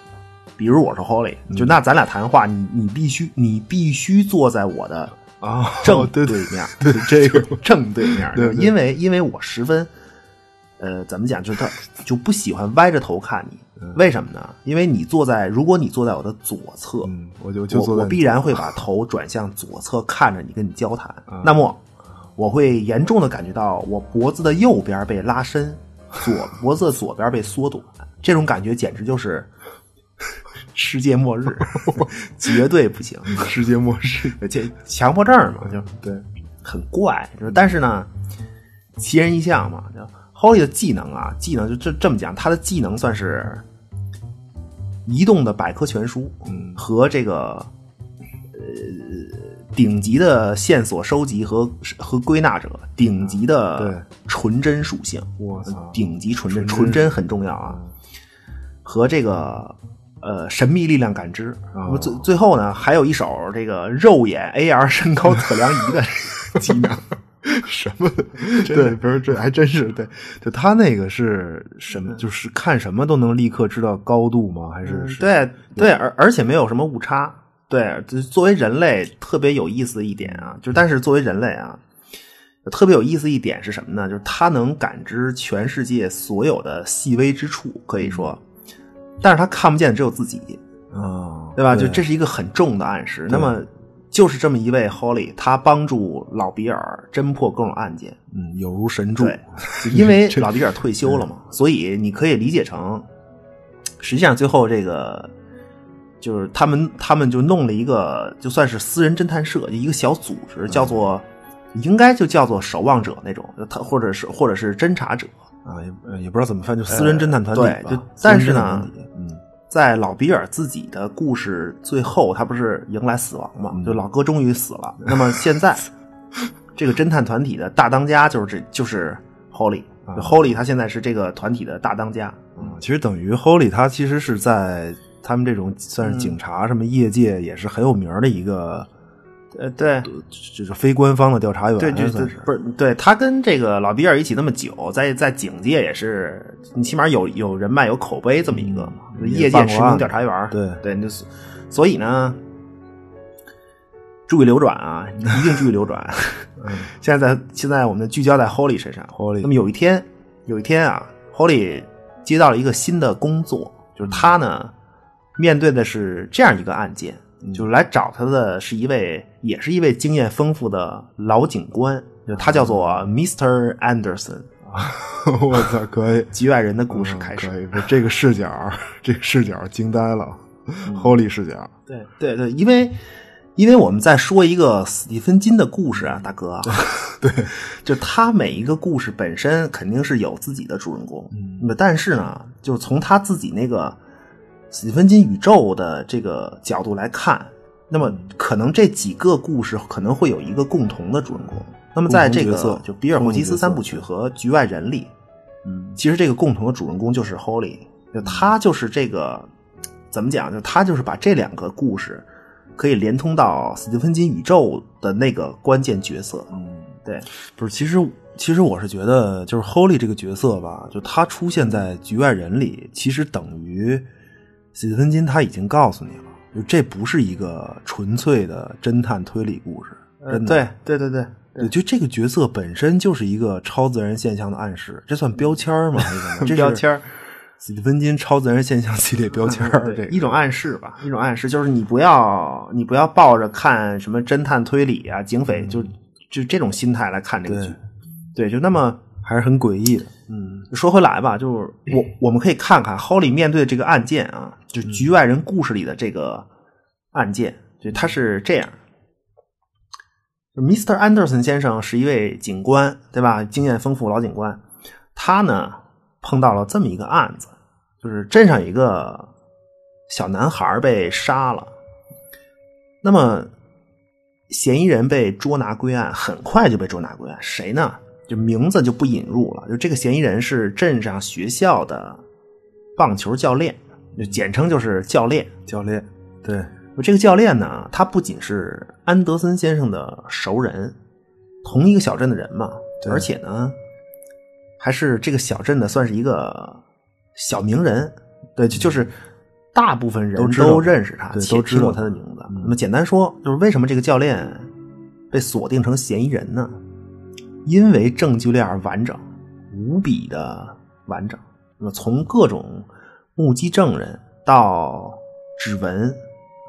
Speaker 2: 比如我是 Holy，就
Speaker 4: 嗯
Speaker 2: 那咱俩谈话，你你必须你必须坐在我的
Speaker 4: 啊
Speaker 2: 正
Speaker 4: 对对
Speaker 2: 面，
Speaker 4: 对，这个
Speaker 2: 正对面，
Speaker 4: 对对
Speaker 2: 因为因为我十分，呃，怎么讲，就是他就不喜欢歪着头看你，
Speaker 4: 嗯
Speaker 2: 为什么呢？因为你坐在，如果你坐在我的左侧，
Speaker 4: 嗯，我就就
Speaker 2: 我
Speaker 4: 坐
Speaker 2: 我
Speaker 4: 在
Speaker 2: 必然会把头转向左侧看着你，跟你交谈。
Speaker 4: 啊
Speaker 2: 那么，我会严重的感觉到我脖子的右边被拉伸，左 脖子的左边被缩短，这种感觉简直就是 世界末日，绝对不行。
Speaker 4: 世界末世。
Speaker 2: 这强迫症嘛，就
Speaker 4: 对，
Speaker 2: 很怪，就是但是呢，奇人异相嘛。就 Holly 的技能啊，技能就这这么讲，他的技能算是移动的百科全书
Speaker 4: 嗯
Speaker 2: 和这个呃顶级的线索收集和和归纳者，顶级
Speaker 4: 对
Speaker 2: 的纯真属性，
Speaker 4: 我操
Speaker 2: 顶级纯真，
Speaker 4: 纯真
Speaker 2: 纯真很重要啊，和这个。呃，神秘力量感知，那
Speaker 4: 哦
Speaker 2: 么最最后呢，还有一手这个肉眼 AR 身高测量仪的 技能，
Speaker 4: 什么？对，不是这还真是对，就他那个是什
Speaker 2: 嗯
Speaker 4: 么？就是看什么都能立刻知道高度吗？还是是？
Speaker 2: 对对，而而且没有什么误差。对，就是作为人类特别有意思的一点啊，就是但是作为人类啊，特别有意思的一点是什么呢？就是它能感知全世界所有的细微之处，可
Speaker 4: 嗯
Speaker 2: 以说，但是它看不见只有自己，
Speaker 4: 啊，
Speaker 2: 嗯对吧？就这是一个很重的暗示。那么就是这么一位 Holly，他帮助老比尔侦破各种案件。
Speaker 4: 嗯，有如神助。 嗯
Speaker 2: 对，因为老比尔退休了嘛，所以你可以理解成，实际上最后这个就是他们他们就弄了一个就算是私人侦探社一个小组
Speaker 4: 嗯
Speaker 2: 织，叫做、应该就叫做守望者那种，他或者是或者是侦查者，
Speaker 4: 啊，也呃也不知道怎么翻，就私人侦探团体
Speaker 2: 对
Speaker 4: 吧私
Speaker 2: 就
Speaker 4: 人
Speaker 2: 但是
Speaker 4: 侦探
Speaker 2: 呢
Speaker 4: 团体嗯，
Speaker 2: 在老比尔自己的故事最后，他不是迎来死亡嘛？
Speaker 4: 嗯
Speaker 2: 就老哥终于死了。那么 现在，这个侦探团体的大当家就是这就是 Holly。
Speaker 4: 啊
Speaker 2: Holly 他现在是这个团体的大当家，
Speaker 4: 啊其实等于 Holy 他其实是在他们这种算是警察什么业界也是很有名儿的一个，
Speaker 2: 呃，对
Speaker 4: 呃就是非官方的调查员，
Speaker 2: 对，就
Speaker 4: 算
Speaker 2: 就是不是对他跟这个老比尔一起那么久，在在警界也是，你起码有有人脉有口碑这么一个嘛，
Speaker 4: 嗯
Speaker 2: 业
Speaker 4: 也办
Speaker 2: 界
Speaker 4: 过
Speaker 2: 驰名
Speaker 4: 案
Speaker 2: 调查员儿，
Speaker 4: 对
Speaker 2: 对，你就是所以呢，注意流转啊，一定注意流转。现在在现在我们聚焦在 Holly 身上
Speaker 4: Holly
Speaker 2: 那么有一天，有一天啊，Holly 接到了一个新的工作，就是他呢面对的是这样一个案件，就是来找他的是一位也是一位经验丰富的老警官，就他叫做 Mr. Anderson。
Speaker 4: 我操，可以，
Speaker 2: 局外人的故事开始，
Speaker 4: 可以，不是这个视角儿，这个视角儿惊呆了、h o l y 视角，
Speaker 2: 对对对，因为因为我们在说一个斯蒂芬金的故事啊，大哥啊，对，就他每一个故事本身肯定是有自己的主人公，
Speaker 4: 嗯
Speaker 2: 那么但是呢，就是从他自己那个斯蒂芬金宇宙的这个角度来看，那么可能这几个故事可能会有一个共同的主人公。那么在这
Speaker 4: 共同角
Speaker 2: 个
Speaker 4: 色
Speaker 2: 就比尔霍
Speaker 4: 共
Speaker 2: 奇
Speaker 4: 同角
Speaker 2: 斯
Speaker 4: 色
Speaker 2: 三部曲和局外人里，
Speaker 4: 嗯
Speaker 2: 其实这个共同的主人公就是 Holly，就他就是这个怎么讲？就他就是把这两个故事可以连通到斯蒂芬金宇宙的那个关键角色。
Speaker 4: 嗯，
Speaker 2: 对，
Speaker 4: 不是，其实其实我是觉得，就是 Holy 这个角色吧，就他出现在《局外人》里，其实等于史蒂芬金他已经告诉你了，就这不是一个纯粹的侦探推理故事，真的。
Speaker 2: 对呃对对对
Speaker 4: 对，就这个角色本身就是一个超自然现象的暗示，这算标签儿吗？还是怎么嗯这是
Speaker 2: 标签儿
Speaker 4: 史蒂芬金超自然现象系列标签 儿，这
Speaker 2: 嗯对
Speaker 4: 个
Speaker 2: 一种暗示吧，一种暗示就是你不要你不要抱着看什么侦探推理啊、警
Speaker 4: 嗯
Speaker 2: 匪就就这种心态来看这个剧。对，就那么。
Speaker 4: 还是很诡异的。嗯
Speaker 2: 说回来吧，就是我我们可以看看 Holly 面对这个案件啊，就局外人故事里的这个案件，就他是这样。Mr. Anderson 先生是一位警官，对吧？经验丰富老警官，他呢碰到了这么一个案子，就是镇上有一个小男孩被杀了，那么嫌疑人被捉拿归案，很快就被捉拿归案。谁呢？就名字就不引入了。就这个嫌疑人是镇上学校的棒球教练，就简称就是教练。
Speaker 4: 教练，对，
Speaker 2: 这个教练呢，他不仅是安德森先生的熟人，同一个小镇的人嘛，
Speaker 4: 对
Speaker 2: 而且呢，还是这个小镇的算是一个小名人，对，就就是大部分人
Speaker 4: 嗯都知道
Speaker 2: 都认识他，
Speaker 4: 对
Speaker 2: 且
Speaker 4: 都知道嗯
Speaker 2: 听过他的名字。那么简单说，就是为什么这个教练被锁定成嫌疑人呢？因为证据链完整，无比的完整。那么从各种目击证人到指纹，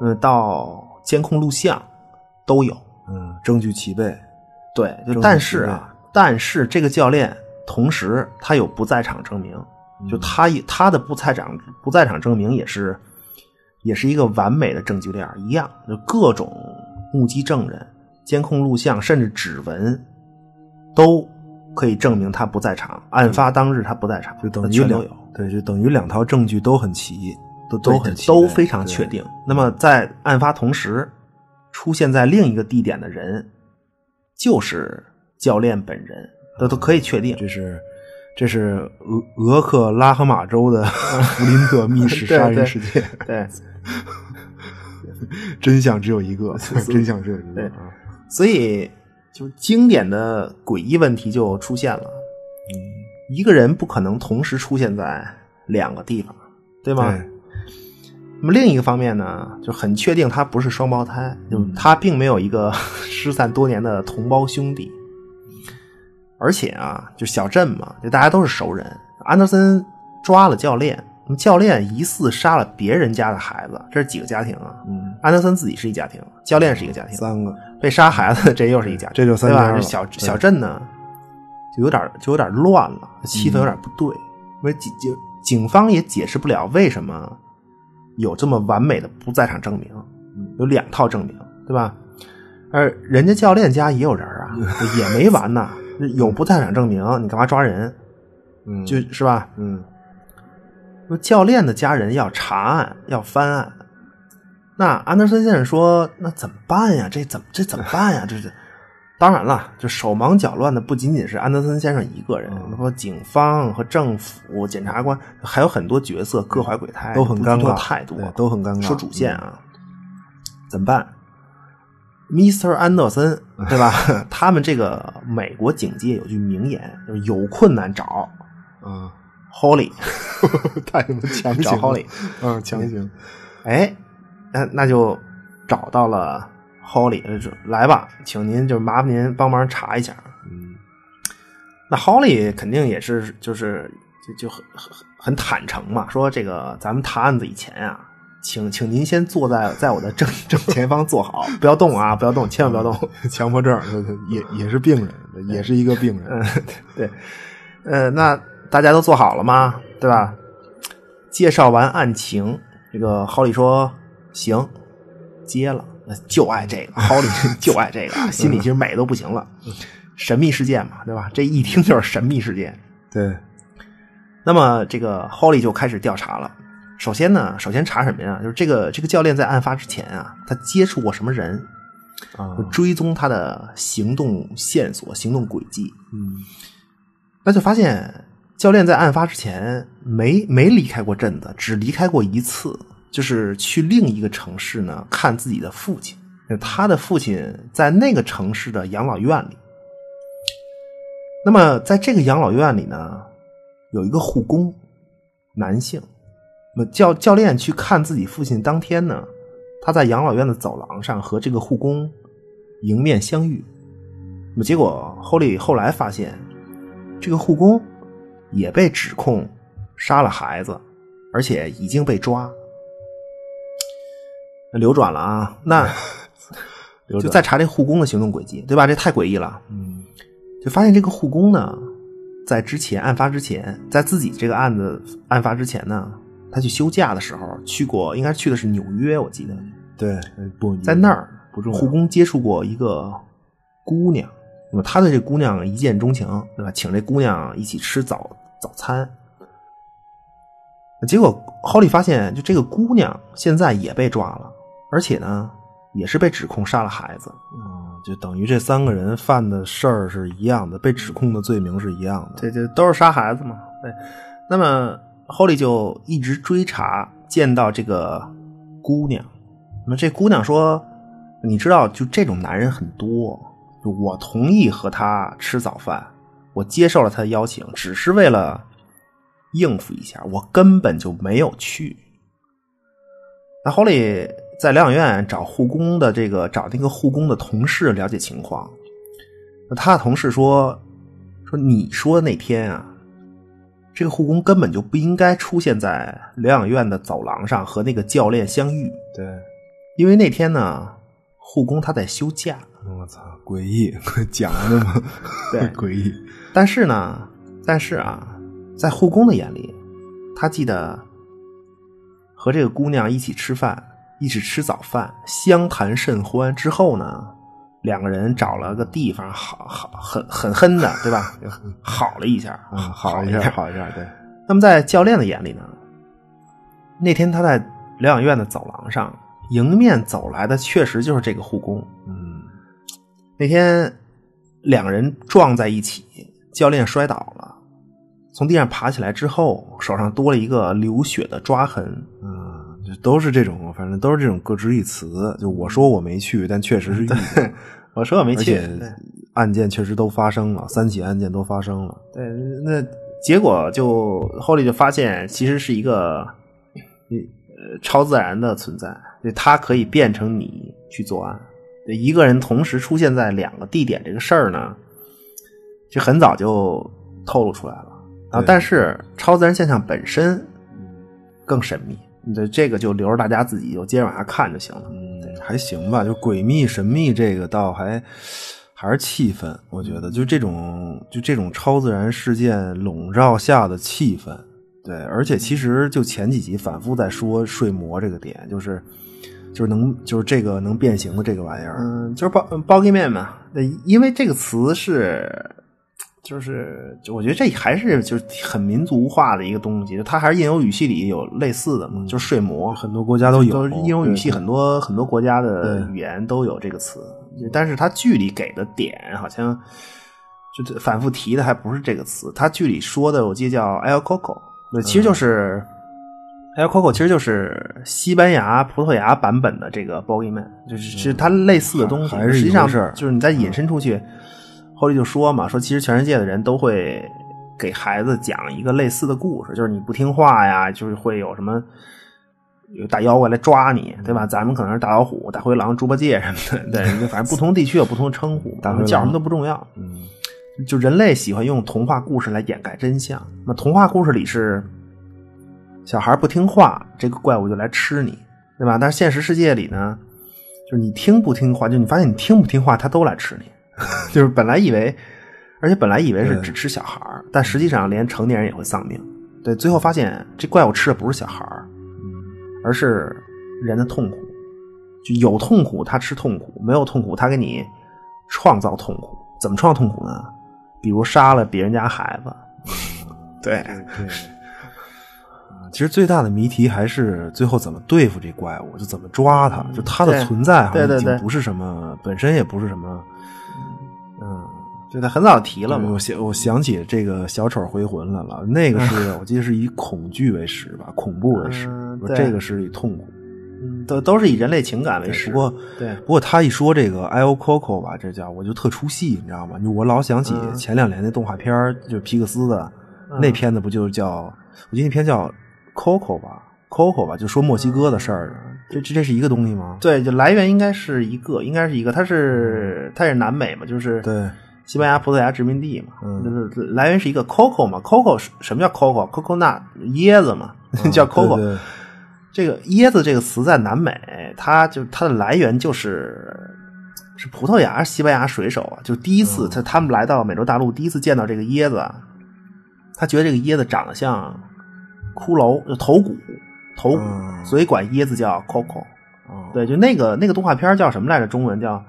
Speaker 2: 嗯，到监控录像都有。
Speaker 4: 嗯，证据齐备，
Speaker 2: 对，就
Speaker 4: 证据
Speaker 2: 但是
Speaker 4: 齐备
Speaker 2: 啊，但是这个教练同时他有不在场证明，
Speaker 4: 嗯
Speaker 2: 就他也他的不在场不在场证明也是也是一个完美的证据链儿，一样就各种目击证人、监控录像，甚至指纹都可以证明他不在场。案发当日他不在场，
Speaker 4: 嗯就等
Speaker 2: 那
Speaker 4: 于
Speaker 2: 全都
Speaker 4: 两
Speaker 2: 有。
Speaker 4: 对，就等于两套证据都很齐。都
Speaker 2: 对
Speaker 4: 都很期待
Speaker 2: 都非常确
Speaker 4: 对
Speaker 2: 定。那么在案发同时，出现在另一个地点的人，就是教练本人，都都可以确定。
Speaker 4: 这是这是俄俄克拉荷马州的 弗林特密室 杀人事件，
Speaker 2: 对，
Speaker 4: 真相只有一 个，真相只有一个
Speaker 2: 对
Speaker 4: 啊！
Speaker 2: 所以就是经典的诡异问题就出现了。
Speaker 4: 嗯
Speaker 2: 一个人不可能同时出现在两个地方，对吗？
Speaker 4: 对
Speaker 2: 那么另一个方面呢，就很确定他不是双胞胎，就
Speaker 4: 嗯
Speaker 2: 他并没有一个 失散多年的同胞兄弟。而且啊，就小镇嘛，就大家都是熟人。安德森抓了教练，那么教练疑似杀了别人家的孩子，这是几个家庭啊？
Speaker 4: 嗯，
Speaker 2: 安德森自己是一家庭，教练是一个家庭，
Speaker 4: 三个
Speaker 2: 被杀孩子的这又是一家庭，
Speaker 4: 这就三
Speaker 2: 对吧？
Speaker 4: 家了
Speaker 2: 这小
Speaker 4: 对
Speaker 2: 小镇呢，就有点就有点乱了，气氛有点不对。因为警警警方也解释不了为什么有这么完美的不在场证明，有两套证明，对吧？而人家教练家也有人啊， 也没完呐，有不在场证明，你干嘛抓人？
Speaker 4: 嗯，
Speaker 2: 就是吧？
Speaker 4: 嗯
Speaker 2: 说教练的家人要查案，要翻案。那安德森先生说：“那怎么办呀？这怎么这怎么办呀？这这……当然了，就手忙脚乱的不仅仅是安德森先生一个人，
Speaker 4: 嗯
Speaker 2: 那么警方和政府、检察官还有很多角色各怀鬼胎，
Speaker 4: 都很尴
Speaker 2: 哎不多
Speaker 4: 尬，
Speaker 2: 太多
Speaker 4: 对都很尴尬。
Speaker 2: 说主线啊，怎么办？Mr. 安 德森，对吧？他们这个美国警界有句名言，就是有困难找
Speaker 4: 嗯啊，
Speaker 2: Holly，
Speaker 4: 太他妈强
Speaker 2: 找
Speaker 4: 行
Speaker 2: Holly
Speaker 4: 了。啊，强行
Speaker 2: 哎，那那就找到了 Holly，呃就来吧，请您就麻烦您帮忙查一下。
Speaker 4: 嗯，
Speaker 2: 那 Holly 肯定也是就是就就很很很坦诚嘛，说这个咱们谈案子以前啊，请请您先坐在在我的正正前方坐好，不要动啊，不要动，千万不要动。
Speaker 4: 强迫症，对对也也是病人，也是一个病人。
Speaker 2: 嗯 对，呃，那大家都做好了吗？对吧？介绍完案情，这个 Holly 说行，接了，呃就爱这个 Holly 就爱这个，心里其实美都不行了。
Speaker 4: 嗯
Speaker 2: 神秘事件嘛，对吧？这一听就是神秘事件。
Speaker 4: 嗯对，
Speaker 2: 那么这个 Holly 就开始调查了。首先呢，首先查什么呀？就是这个这个教练在案发之前啊，他接触过什么人，
Speaker 4: 啊
Speaker 2: 就，追踪他的行动线索、行动轨迹。
Speaker 4: 嗯
Speaker 2: 那就发现教练在案发之前没没离开过镇子，只离开过一次，就是去另一个城市呢看自己的父亲。他的父亲在那个城市的养老院里。那么在这个养老院里呢，有一个护工，男性。那么教教练去看自己父亲当天呢，他在养老院的走廊上和这个护工迎面相遇。那么结果 Holly 后来发现，这个护工也被指控杀了孩子，而且已经被抓。那流转了啊，那
Speaker 4: 流转
Speaker 2: 就再查这护工的行动轨迹，对吧？这太诡异了。
Speaker 4: 嗯
Speaker 2: 就发现这个护工呢，在之前案发之前，在自己这个案子案发之前呢，他去休假的时候去过，应该去的是纽约，我记得
Speaker 4: 对，呃不
Speaker 2: 在那儿
Speaker 4: 嗯不重要
Speaker 2: 护工接触过一个姑娘，那么他对这姑娘一见钟情，对吧？请这姑娘一起吃早早餐。结果 Holly 发现，就这个姑娘现在也被抓了，而且呢，也是被指控杀了孩子。
Speaker 4: 嗯，就等于这三个人犯的事儿是一样的，被指控的罪名是一样的。
Speaker 2: 对对，都是杀孩子嘛。对，那么 Holly 就一直追查，见到这个姑娘。那么这姑娘说：“你知道，就这种男人很多，就我同意和他吃早饭，我接受了他的邀请，只是为了应付一下，我根本就没有去。”那 Holly 在疗养院找护工的这个找那个护工的同事了解情况，那他的同事说说你说那天啊，这个护工根本就不应该出现在疗养院的走廊上和那个教练相遇，
Speaker 4: 对，
Speaker 2: 因为那天呢，护工他在休假，
Speaker 4: 我操，诡异， 讲的嘛，
Speaker 2: 对
Speaker 4: 诡异。
Speaker 2: 但是呢，但是啊，在护工的眼里，他记得和这个姑娘一起吃饭，一起吃早饭，相谈甚欢之后呢，两个人找了个地方，好好很很哼的，对吧？ 好了一下，啊
Speaker 4: 嗯，
Speaker 2: 好
Speaker 4: 好一下，好一下，对，
Speaker 2: 那么在教练的眼里呢，那天他在疗养院的走廊上，迎面走来的确实就是这个护工。
Speaker 4: 嗯
Speaker 2: 那天两个人撞在一起，教练摔倒了，从地上爬起来之后，手上多了一个流血的抓痕。
Speaker 4: 嗯，这都是这种，反正都是这种各执一词。就我说我没去，但确实是遇见，
Speaker 2: 我说我没
Speaker 4: 而
Speaker 2: 去，
Speaker 4: 且案件确实都发生了，三起案件都发生了。
Speaker 2: 对，那结果就后来就发现，其实是一个呃超自然的存在，就它可以变成你去作案。对，一个人同时出现在两个地点这个事儿呢，就很早就透露出来了啊。
Speaker 4: 对
Speaker 2: 但是超自然现象本身更神秘，对这个就留着大家自己就接着往下看就行了。
Speaker 4: 嗯，还行吧，就诡秘神秘这个倒还还是气氛，我觉
Speaker 2: 嗯
Speaker 4: 得就这种就这种超自然事件笼罩下的气氛，对，而且其实就前几集反复在说睡魔这个点，就是就是能就是这个能变形的这个玩意儿，
Speaker 2: 嗯，就是包嗯包 g 面嘛。那因为这个词是，就是就我觉得这还是就是很民族化的一个东西，就它还是印欧语系里有类似的嘛，就是睡魔，
Speaker 4: 嗯很多国家都有，
Speaker 2: 都是印欧语系
Speaker 4: 对
Speaker 2: 很多很多国家的
Speaker 4: 对
Speaker 2: 语言都有这个词，但是它剧里给的点好像就反复提的还不是这个词，它剧里说的我记得叫 El Coco，那其实
Speaker 4: 嗯
Speaker 2: 就是。El Coco 其实就是西班牙、葡萄牙版本的这个 Bogeyman，就是其实它类似的东西，
Speaker 4: 嗯还还是
Speaker 2: 实际
Speaker 4: 一回
Speaker 2: 上
Speaker 4: 事儿
Speaker 2: 就是你再引申出去，后来就说嘛，说其实全世界的人都会给孩子讲一个类似的故事，就是你不听话呀，就是会有什么有大妖怪来抓你，对吧？咱们可能是大老虎、大灰狼、猪八戒什么的，对，反正不同地区有不同的称呼，
Speaker 4: 大灰狼
Speaker 2: 叫什么都不重要。
Speaker 4: 嗯
Speaker 2: 就人类喜欢用童话故事来掩盖真相。那童话故事里是小孩不听话，这个怪物就来吃你，对吧？但是现实世界里呢，就是你听不听话，就你发现你听不听话，它都来吃你。 就是本来以为，而且本来以为是
Speaker 4: 对
Speaker 2: 只吃小孩儿但实际上连成年人也会丧命。对，最后发现这怪物吃的不是小孩儿而是人的痛苦。就有痛苦，他吃痛苦；没有痛苦，他给你创造痛苦。怎么创造痛苦呢？比如杀了别人家孩子。 对，
Speaker 4: 对，啊其实最大的谜题还是最后怎么对付这怪物，就怎么抓它，就它的
Speaker 2: 对
Speaker 4: 存在好
Speaker 2: 对
Speaker 4: 像
Speaker 2: 对
Speaker 4: 已经
Speaker 2: 对
Speaker 4: 不是什么，本身也不是什么。
Speaker 2: 就他很早提了
Speaker 4: 我
Speaker 2: 嘛。
Speaker 4: 想我想起这个《小丑回魂》来了，那个 是我记得是以恐惧为食吧，恐怖为食
Speaker 2: 嗯，
Speaker 4: 不
Speaker 2: 对
Speaker 4: 这个是以痛苦
Speaker 2: 嗯都都是以人类情感为
Speaker 4: 为食。
Speaker 2: 食。
Speaker 4: 不过，
Speaker 2: 对
Speaker 4: 不过他一说这个 I O Coco 吧，这家伙我就特出戏，你知道吗？就我老想起
Speaker 2: 嗯
Speaker 4: 前两年那动画片儿，就皮克斯的那片子，不就叫我记得那片叫 Coco 吧，Coco 吧，就说墨西哥的事儿。
Speaker 2: 嗯
Speaker 4: 这这这是一个东西吗？
Speaker 2: 对，就来源应该是一个，应该是一个，它是它也是南美嘛，就是
Speaker 4: 嗯对，
Speaker 2: 西班牙、葡萄牙殖民地嘛，
Speaker 4: 嗯
Speaker 2: 就是来源是一个 coco 嘛，coco 是什么叫 coco？coconut 椰子嘛， 叫 coco。
Speaker 4: 嗯对对
Speaker 2: 这个椰子这个词在南美，它就它的来源就是是葡萄牙、西班牙水手啊，就第一次他、他们来到美洲大陆，第一次见到这个椰子啊，他觉得这个椰子长得像骷髅，就头骨，头骨，
Speaker 4: 嗯
Speaker 2: 所以管椰子叫 coco。
Speaker 4: 哦
Speaker 2: 对，就那个那个动画片叫什么来着？中文叫。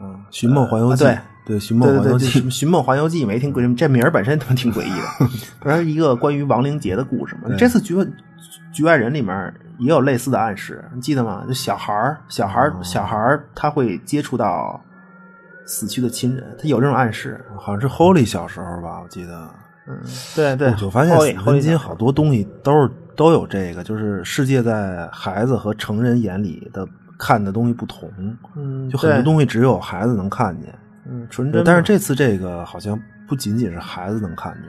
Speaker 4: 嗯，《寻梦环游记》
Speaker 2: 啊
Speaker 4: 对，《寻梦
Speaker 2: 对对
Speaker 4: 环
Speaker 2: 对，
Speaker 4: 游
Speaker 2: 就
Speaker 4: 记》
Speaker 2: 寻寻梦环游记》没听诡异，这名儿本身他妈挺诡异 的。它是一个关于亡灵节的故事嘛。
Speaker 4: 对
Speaker 2: 这次局外局外人里面也有类似的暗示，你记得吗？就小孩儿，小孩儿，
Speaker 4: 哦
Speaker 2: 小孩儿，他会接触到死去的亲人，他有这种暗示。
Speaker 4: 好像是 Holy 小时候吧，我记得。
Speaker 2: 嗯，对对，
Speaker 4: 我就发现
Speaker 2: 后
Speaker 4: 死神金好多东西都是都有这个，就是世界在孩子和成人眼里的看的东西不同，就很多
Speaker 2: 西，
Speaker 4: 东西只有孩子能看见。
Speaker 2: 嗯，纯真嘛。
Speaker 4: 但是这次这个好像不仅仅是孩子能看见，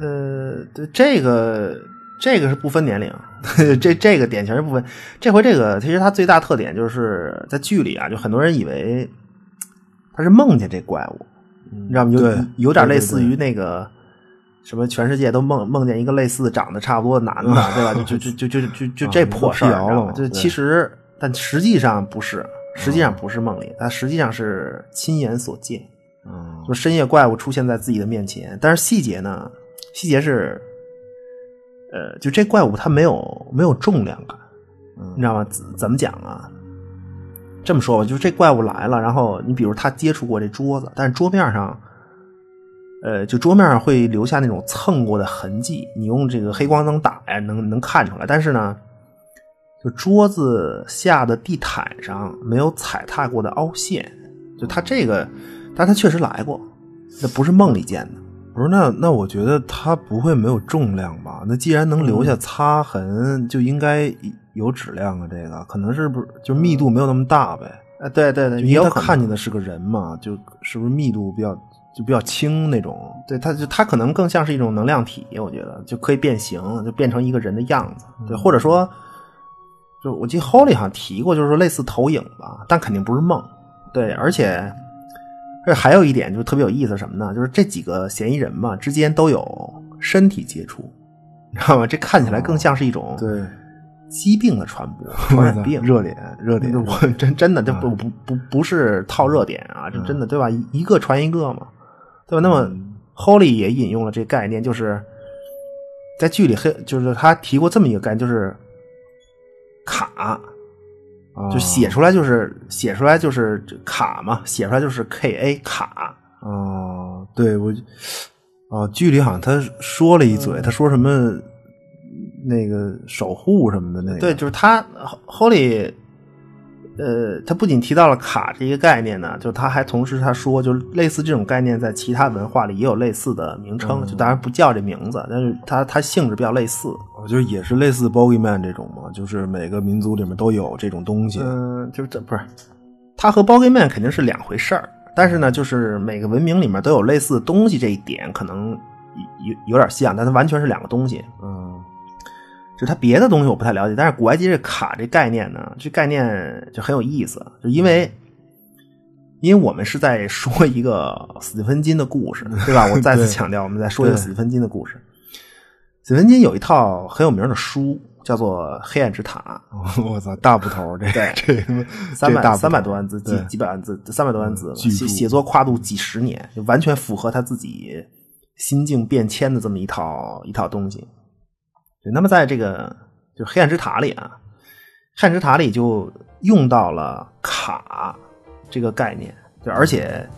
Speaker 2: 呃，对这个这个是不分年龄， 这这个典型是不分。这回这个其实它最大特点就是在剧里啊，就很多人以为他是梦见这怪物，你知道吗？
Speaker 4: 对
Speaker 2: 有有点类似
Speaker 4: 对对
Speaker 2: 于
Speaker 4: 对
Speaker 2: 那个。什么？全世界都梦梦见一个类似长得差不多的男的，对吧？就就就就就就就这
Speaker 4: 啊
Speaker 2: 破事儿，
Speaker 4: 都辟谣了
Speaker 2: 你知道吗
Speaker 4: 嘛
Speaker 2: 就
Speaker 4: 对
Speaker 2: 其实，但实际上不是，实际上不是梦里，它实际上是亲眼所见。
Speaker 4: 嗯
Speaker 2: 就深夜怪物出现在自己的面前，但是细节呢？细节是，呃，就这怪物它没有没有重量感，你知
Speaker 4: 嗯
Speaker 2: 道吗？怎怎么讲啊？这么说吧，就是这怪物来了，然后你比如他接触过这桌子，但是桌面上，呃，就桌面上会留下那种蹭过的痕迹，你用这个黑光灯打呀，能能看出来。但是呢，就桌子下的地毯上没有踩踏过的凹陷，就他这个，但他确实来过，那不是梦里见的。
Speaker 4: 我说那那我觉得它不会没有重量吧？那既然能留
Speaker 2: 嗯
Speaker 4: 下擦痕，就应该有质量啊。这个可能是不是就密度没有那么大呗？
Speaker 2: 啊，对对对，
Speaker 4: 因
Speaker 2: 也
Speaker 4: 为
Speaker 2: 有
Speaker 4: 他
Speaker 2: 可能
Speaker 4: 看见的是个人嘛，就是不是密度比较就比较轻那种？
Speaker 2: 对，它就它可能更像是一种能量体，我觉得就可以变形，就变成一个人的样子。对，或者说，就我记得 Holly 好像提过，就是说类似投影吧，但肯定不是梦。对，而且这还有一点就特别有意思，什么呢？就是这几个嫌疑人嘛之间都有身体接触，你知道吗？这看起来更像是一种
Speaker 4: 哦对，
Speaker 2: 疾病的传 播，传染病。嗯
Speaker 4: 热脸热脸，
Speaker 2: 我真真
Speaker 4: 啊
Speaker 2: 的这不不不不是套热点啊，这
Speaker 4: 嗯
Speaker 2: 真的对吧？一一个传一个嘛，对吧？那么 Holy 也引用了这个概念，就是在剧里黑，就是他提过这么一个概念，就是卡，
Speaker 4: 啊
Speaker 2: 就写出来就是写出来就是卡嘛，写出来就是 K A 卡，
Speaker 4: 啊，对我啊，剧里好像他说了一嘴，他说什么那个守护什么的那个，
Speaker 2: 对，就是他 Holy，呃，他不仅提到了卡这一个概念呢，就他还同时他说，就类似这种概念在其他文化里也有类似的名称，
Speaker 4: 嗯
Speaker 2: 就当然不叫这名字，但是它它性质比较类似。
Speaker 4: 我就是也是类似 Bogeyman 这种嘛，就是每个民族里面都有这种东西。
Speaker 2: 嗯、就是这不是，它和 Bogeyman 肯定是两回事儿，但是呢，就是每个文明里面都有类似的东西，这一点可能有有有点像，但它完全是两个东西。
Speaker 4: 嗯
Speaker 2: 就它别的东西我不太了解，但是古埃及这卡这概念呢，这概念就很有意思，就因为因为我们是在说一个斯蒂芬金的故事，对吧？我再次强调，我们在说一个
Speaker 4: 对
Speaker 2: 斯蒂芬金的故事。斯蒂芬金有一套很有名的书，叫做《黑暗之塔
Speaker 4: 我操，大部头这
Speaker 2: 对
Speaker 4: 这他妈》，
Speaker 2: 三
Speaker 4: 这大
Speaker 2: 百
Speaker 4: 部头
Speaker 2: 三百多万字，几
Speaker 4: 对嗯
Speaker 2: 几百万字，三百多万字，
Speaker 4: 巨著
Speaker 2: 写写作跨度几十年，就完全符合他自己心境变迁的这么一套一套东西。对，那么在这个就黑暗之塔里啊，黑暗之塔里就用到了卡这个概念，对，而且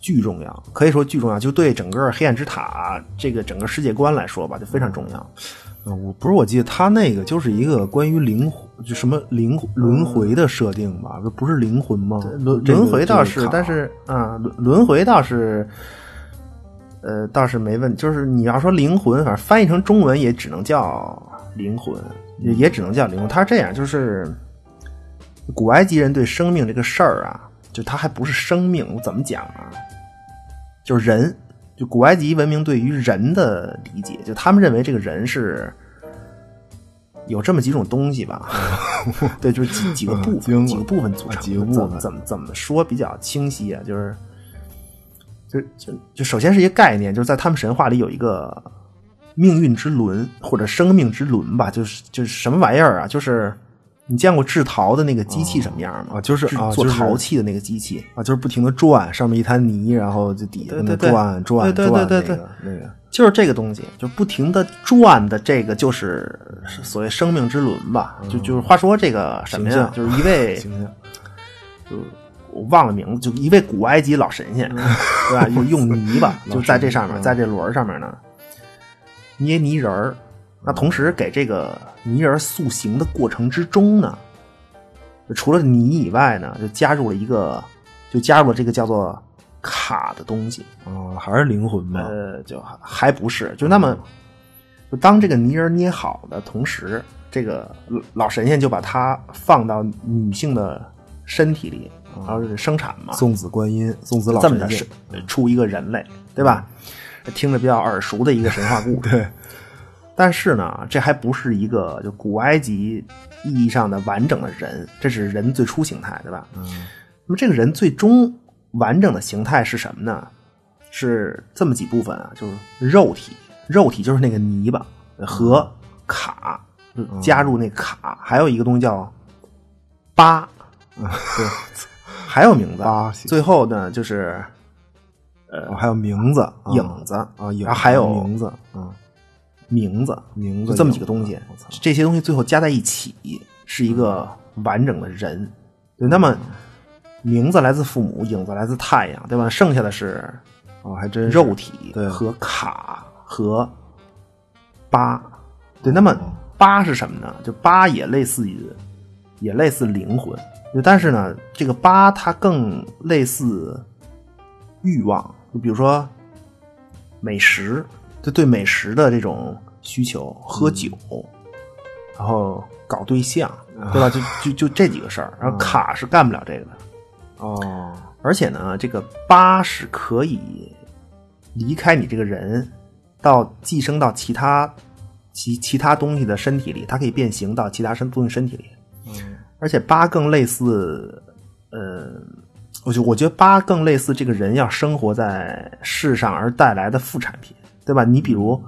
Speaker 2: 巨重要，可以说巨重要，就对整个黑暗之塔这个整个世界观来说吧，就非常重要。
Speaker 4: 啊我不是我记得他那个就是一个关于灵魂就什么灵轮回的设定吧，这不是灵魂吗？
Speaker 2: 嗯轮
Speaker 4: 这个
Speaker 2: 轮回倒是
Speaker 4: 这，个卡
Speaker 2: 但是啊，轮轮回倒是，呃，倒是没问，就是你要说灵魂，反正翻译成中文也只能叫灵魂，也也只能叫灵魂。它是这样，就是古埃及人对生命这个事儿啊，就它还不是生命，我怎么讲啊？就是人，就古埃及文明对于人的理解，就他们认为这个人是。有这么几种东 西吧，对，就是几几个部
Speaker 4: 惊了
Speaker 2: 分，几个部分组成的，
Speaker 4: 啊几个部
Speaker 2: 怎么
Speaker 4: 分
Speaker 2: 怎么怎么说比较清晰啊？就是，就就就首先是一个概念，就是在他们神话里有一个命运之轮或者生命之轮吧，就是就是什么玩意儿啊？就是你见过制陶的那个机器什么样吗？
Speaker 4: 啊就是啊
Speaker 2: 做
Speaker 4: 就是
Speaker 2: 陶器的那个机器，
Speaker 4: 啊，就是不停的转，上面一滩泥，然后就底下跟着
Speaker 2: 对对对
Speaker 4: 转转
Speaker 2: 对
Speaker 4: 转，
Speaker 2: 对对对
Speaker 4: 那个那个
Speaker 2: 就是这个东西，就不停的转的这个，就是所谓生命之轮吧。就就是话说这个什么呀，就
Speaker 4: 嗯形
Speaker 2: 是一 位
Speaker 4: 形象，
Speaker 2: 我忘了名字，就一位古埃及老神仙，对吧？就用泥巴，就在这上面，在这轮儿上面呢捏泥人儿。那同时给这个泥人儿塑形的过程之中呢，就除了泥以外呢，就加入了一个，就加入了这个叫做卡的东西。
Speaker 4: 啊，还是灵魂嘛，
Speaker 2: 呃，就还还不是，就那么，就当这个泥人捏好的同时，这个老老神仙就把它放到女性的身体里，然后是生产嘛，
Speaker 4: 送子观音，送子老
Speaker 2: 这么着
Speaker 4: 神
Speaker 2: 是
Speaker 4: 仙，
Speaker 2: 出一个人类，对吧？听着比较耳熟的一个神话故事。 对。但是呢，这还不是一个就古埃及意义上的完整的人，这只是人最初形态，对吧？嗯。那么这个人最终完整的形态是什么呢？是这么几部分啊，就是肉体，肉体就是那个泥巴和卡，就加入那卡，还有一个东西叫疤，对，还有名字
Speaker 4: 疤行
Speaker 2: 最后呢，就是
Speaker 4: 哦还有名字啊
Speaker 2: 呃影子
Speaker 4: 啊，影
Speaker 2: 然后还有
Speaker 4: 名字啊，
Speaker 2: 名字，
Speaker 4: 名字
Speaker 2: 就这么
Speaker 4: 影
Speaker 2: 几个东西
Speaker 4: 我操，
Speaker 2: 这些东西最后加在一起是一个完整的人。对，那么名字来自父母，影子来自太阳，对吧？剩下的是
Speaker 4: 啊，还真是
Speaker 2: 肉体
Speaker 4: 对
Speaker 2: 和卡和疤。对，那么八是什么呢？就八也类似于，也类似灵魂，就但是呢，这个八它更类似欲望，就比如说美食，就对美食的这种需求，喝
Speaker 4: 嗯
Speaker 2: 酒，然后搞对象，对吧？就就就这几个事儿，
Speaker 4: 嗯
Speaker 2: 然后卡是干不了这个的。
Speaker 4: 哦，
Speaker 2: 而且呢，这个八是可以离开你这个人，到寄生到其他其其他东西的身体里，它可以变形到其他身东西身体里。而且八更类似，呃，我就我觉得八更类似这个人要生活在世上而带来的副产品，对吧？你比如，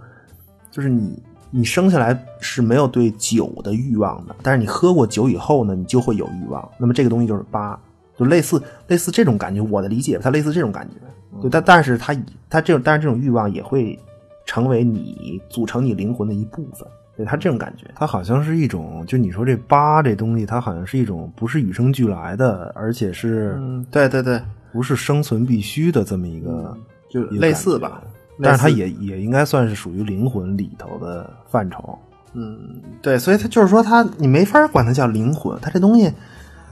Speaker 2: 就是你你生下来是没有对酒的欲望的，但是你喝过酒以后呢，你就会有欲望。那么这个东西就是八，就类似类似这种感觉。我的理解，它类似这种感
Speaker 4: 嗯
Speaker 2: 觉。对，但但是它以它这种，但是这种欲望也会成为你组成你灵魂的一部分。对，它这种感觉。
Speaker 4: 它好像是一种，就你说这八这东西，它好像是一种不是与生俱来的，而且是
Speaker 2: 嗯，对对嗯对，
Speaker 4: 不是生存必须的这么一个，
Speaker 2: 就
Speaker 4: 一个
Speaker 2: 类似
Speaker 4: 感觉
Speaker 2: 吧。
Speaker 4: 但是它
Speaker 2: 类似
Speaker 4: 也也应该算是属于灵魂里头的范畴。
Speaker 2: 嗯对，所以他就是说他，你没法管它叫灵魂，它这东西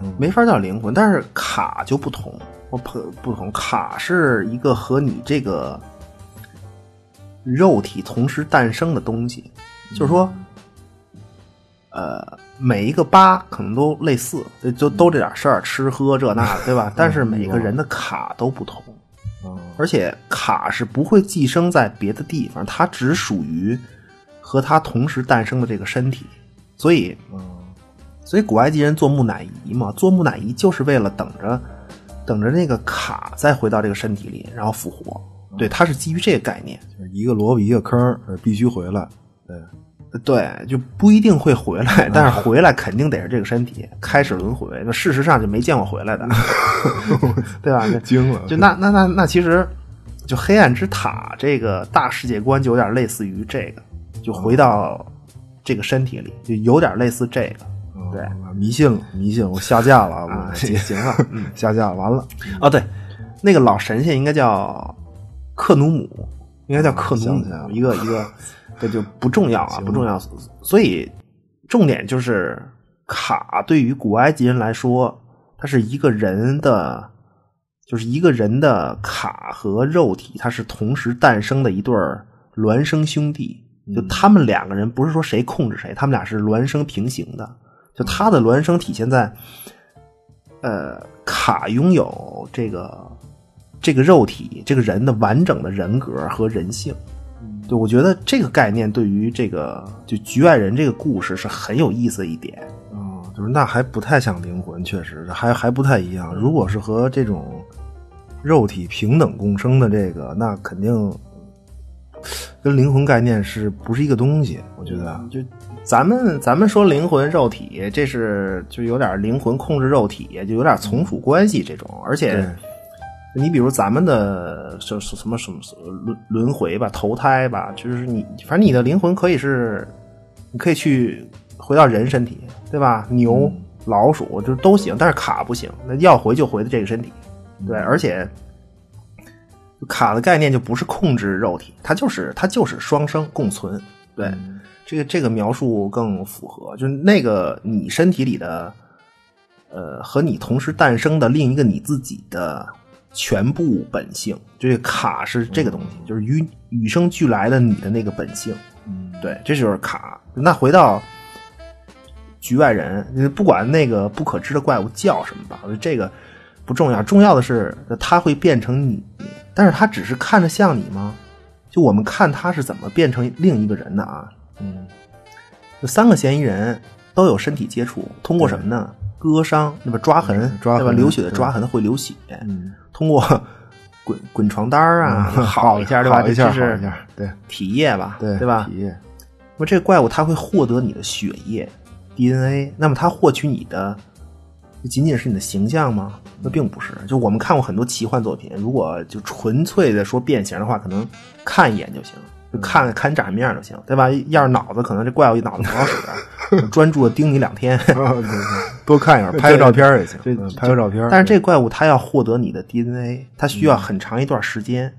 Speaker 4: 嗯
Speaker 2: 没法叫灵魂。但是卡就不同，我不不同，卡是一个和你这个肉体同时诞生的东西，就是说，
Speaker 4: 嗯
Speaker 2: 呃，每一个八可能都类似，就就都这点事儿，吃喝这那的，对吧？但
Speaker 4: 嗯
Speaker 2: 是每个人的卡都不同。
Speaker 4: 啊
Speaker 2: 而且卡是不会寄生在别的地方，它只属于和它同时诞生的这个身体。所以，嗯所以古埃及人做木乃伊嘛，做木乃伊就是为了等着等着那个卡再回到这个身体里，然后复活。对，它是基于这个概念。
Speaker 4: 就是一个萝卜一个坑儿，呃必须回来。对，
Speaker 2: 呃对，就不一定会回来，但是回来肯定得是这个身体开始轮回。那事实上就没见过回来的， 对吧？
Speaker 4: 惊了
Speaker 2: 就那那那那其实，就黑暗之塔这个大世界观就有点类似于这个，就回到这个身体里，就有点类似这个。对，
Speaker 4: 啊迷信了，迷信了，我下架了，
Speaker 2: 啊
Speaker 4: 我
Speaker 2: 行行 了，嗯，
Speaker 4: 下架了完了。
Speaker 2: 哦对，那个老神仙应该叫克努姆，应该叫克努
Speaker 4: 嗯想
Speaker 2: 姆
Speaker 4: 起来了，
Speaker 2: 一个一个，这就不重要啊，
Speaker 4: 行
Speaker 2: 不重要。所以重点就是卡对于古埃及人来说，它是一个人的，就是一个人的卡和肉体，它是同时诞生的一对儿孪生兄弟。就
Speaker 4: 嗯
Speaker 2: 他们两个人不是说谁控制谁，他们俩是孪生平行的。就他的孪生体现在，呃，卡拥有这个这个肉体，这个人的完整的人格和人性。对，我觉得这个概念对于这个就局外人这个故事是很有意思的一点。
Speaker 4: 哦，就是那还不太像灵魂，确实还还不太一样。如果是和这种肉体平等共生的这个，那肯定跟灵魂概念是不是一个东西？我觉得，啊
Speaker 2: 就咱们咱们说灵魂肉体，这是就有点灵魂控制肉体，就有点从属关系这种。而且
Speaker 4: 对，
Speaker 2: 你比如咱们的什什么什么什么轮轮回吧、投胎吧，就是你反正你的灵魂可以是，你可以去回到人身体，对吧？牛、老鼠就是都行，但是卡不行，那要回就回的这个身体。
Speaker 4: 嗯
Speaker 2: 对，而且卡的概念就不是控制肉体，它就是它就是双生共存。
Speaker 4: 嗯
Speaker 2: 对，这个这个描述更符合，就是那个你身体里的，呃，和你同时诞生的另一个你自己的全部本性，这个卡是这个东西，就是与与生俱来的你的那个本性。
Speaker 4: 嗯，
Speaker 2: 对，这就是卡。那回到局外人，呃不管那个不可知的怪物叫什么吧，我觉得这个不重要，重要的是呃它会变成你，但是它只是看着像你吗？就我们看它是怎么变成另一个人的啊？
Speaker 4: 嗯，
Speaker 2: 就三个嫌疑人都有身体接触，通过什么呢？割伤，那么抓痕，
Speaker 4: 嗯抓
Speaker 2: 对吧？
Speaker 4: 痕
Speaker 2: 流血的
Speaker 4: 对
Speaker 2: 抓痕会流血，
Speaker 4: 嗯
Speaker 2: 通过 滚滚床单儿啊， 好一下，对吧？
Speaker 4: 好一下，
Speaker 2: 这
Speaker 4: 好
Speaker 2: 是
Speaker 4: 一下，对
Speaker 2: 体液吧，
Speaker 4: 对
Speaker 2: 对吧？
Speaker 4: 体 液
Speaker 2: 那么这个怪物它会获得你的血液、DNA，那么它获取你的，就仅仅是你的形象吗？那并不是。就我们看过很多奇幻作品，如果就纯粹的说变形的话，可能看一眼就行，就看看你长什么样就行，对吧？要是脑子，可能这怪物一脑子不好使，啊专注的盯你两天。
Speaker 4: 多看一会儿，拍个照片也行，嗯拍个照片。
Speaker 2: 但是这怪物它要获得你的 DNA，它需要很长一段时间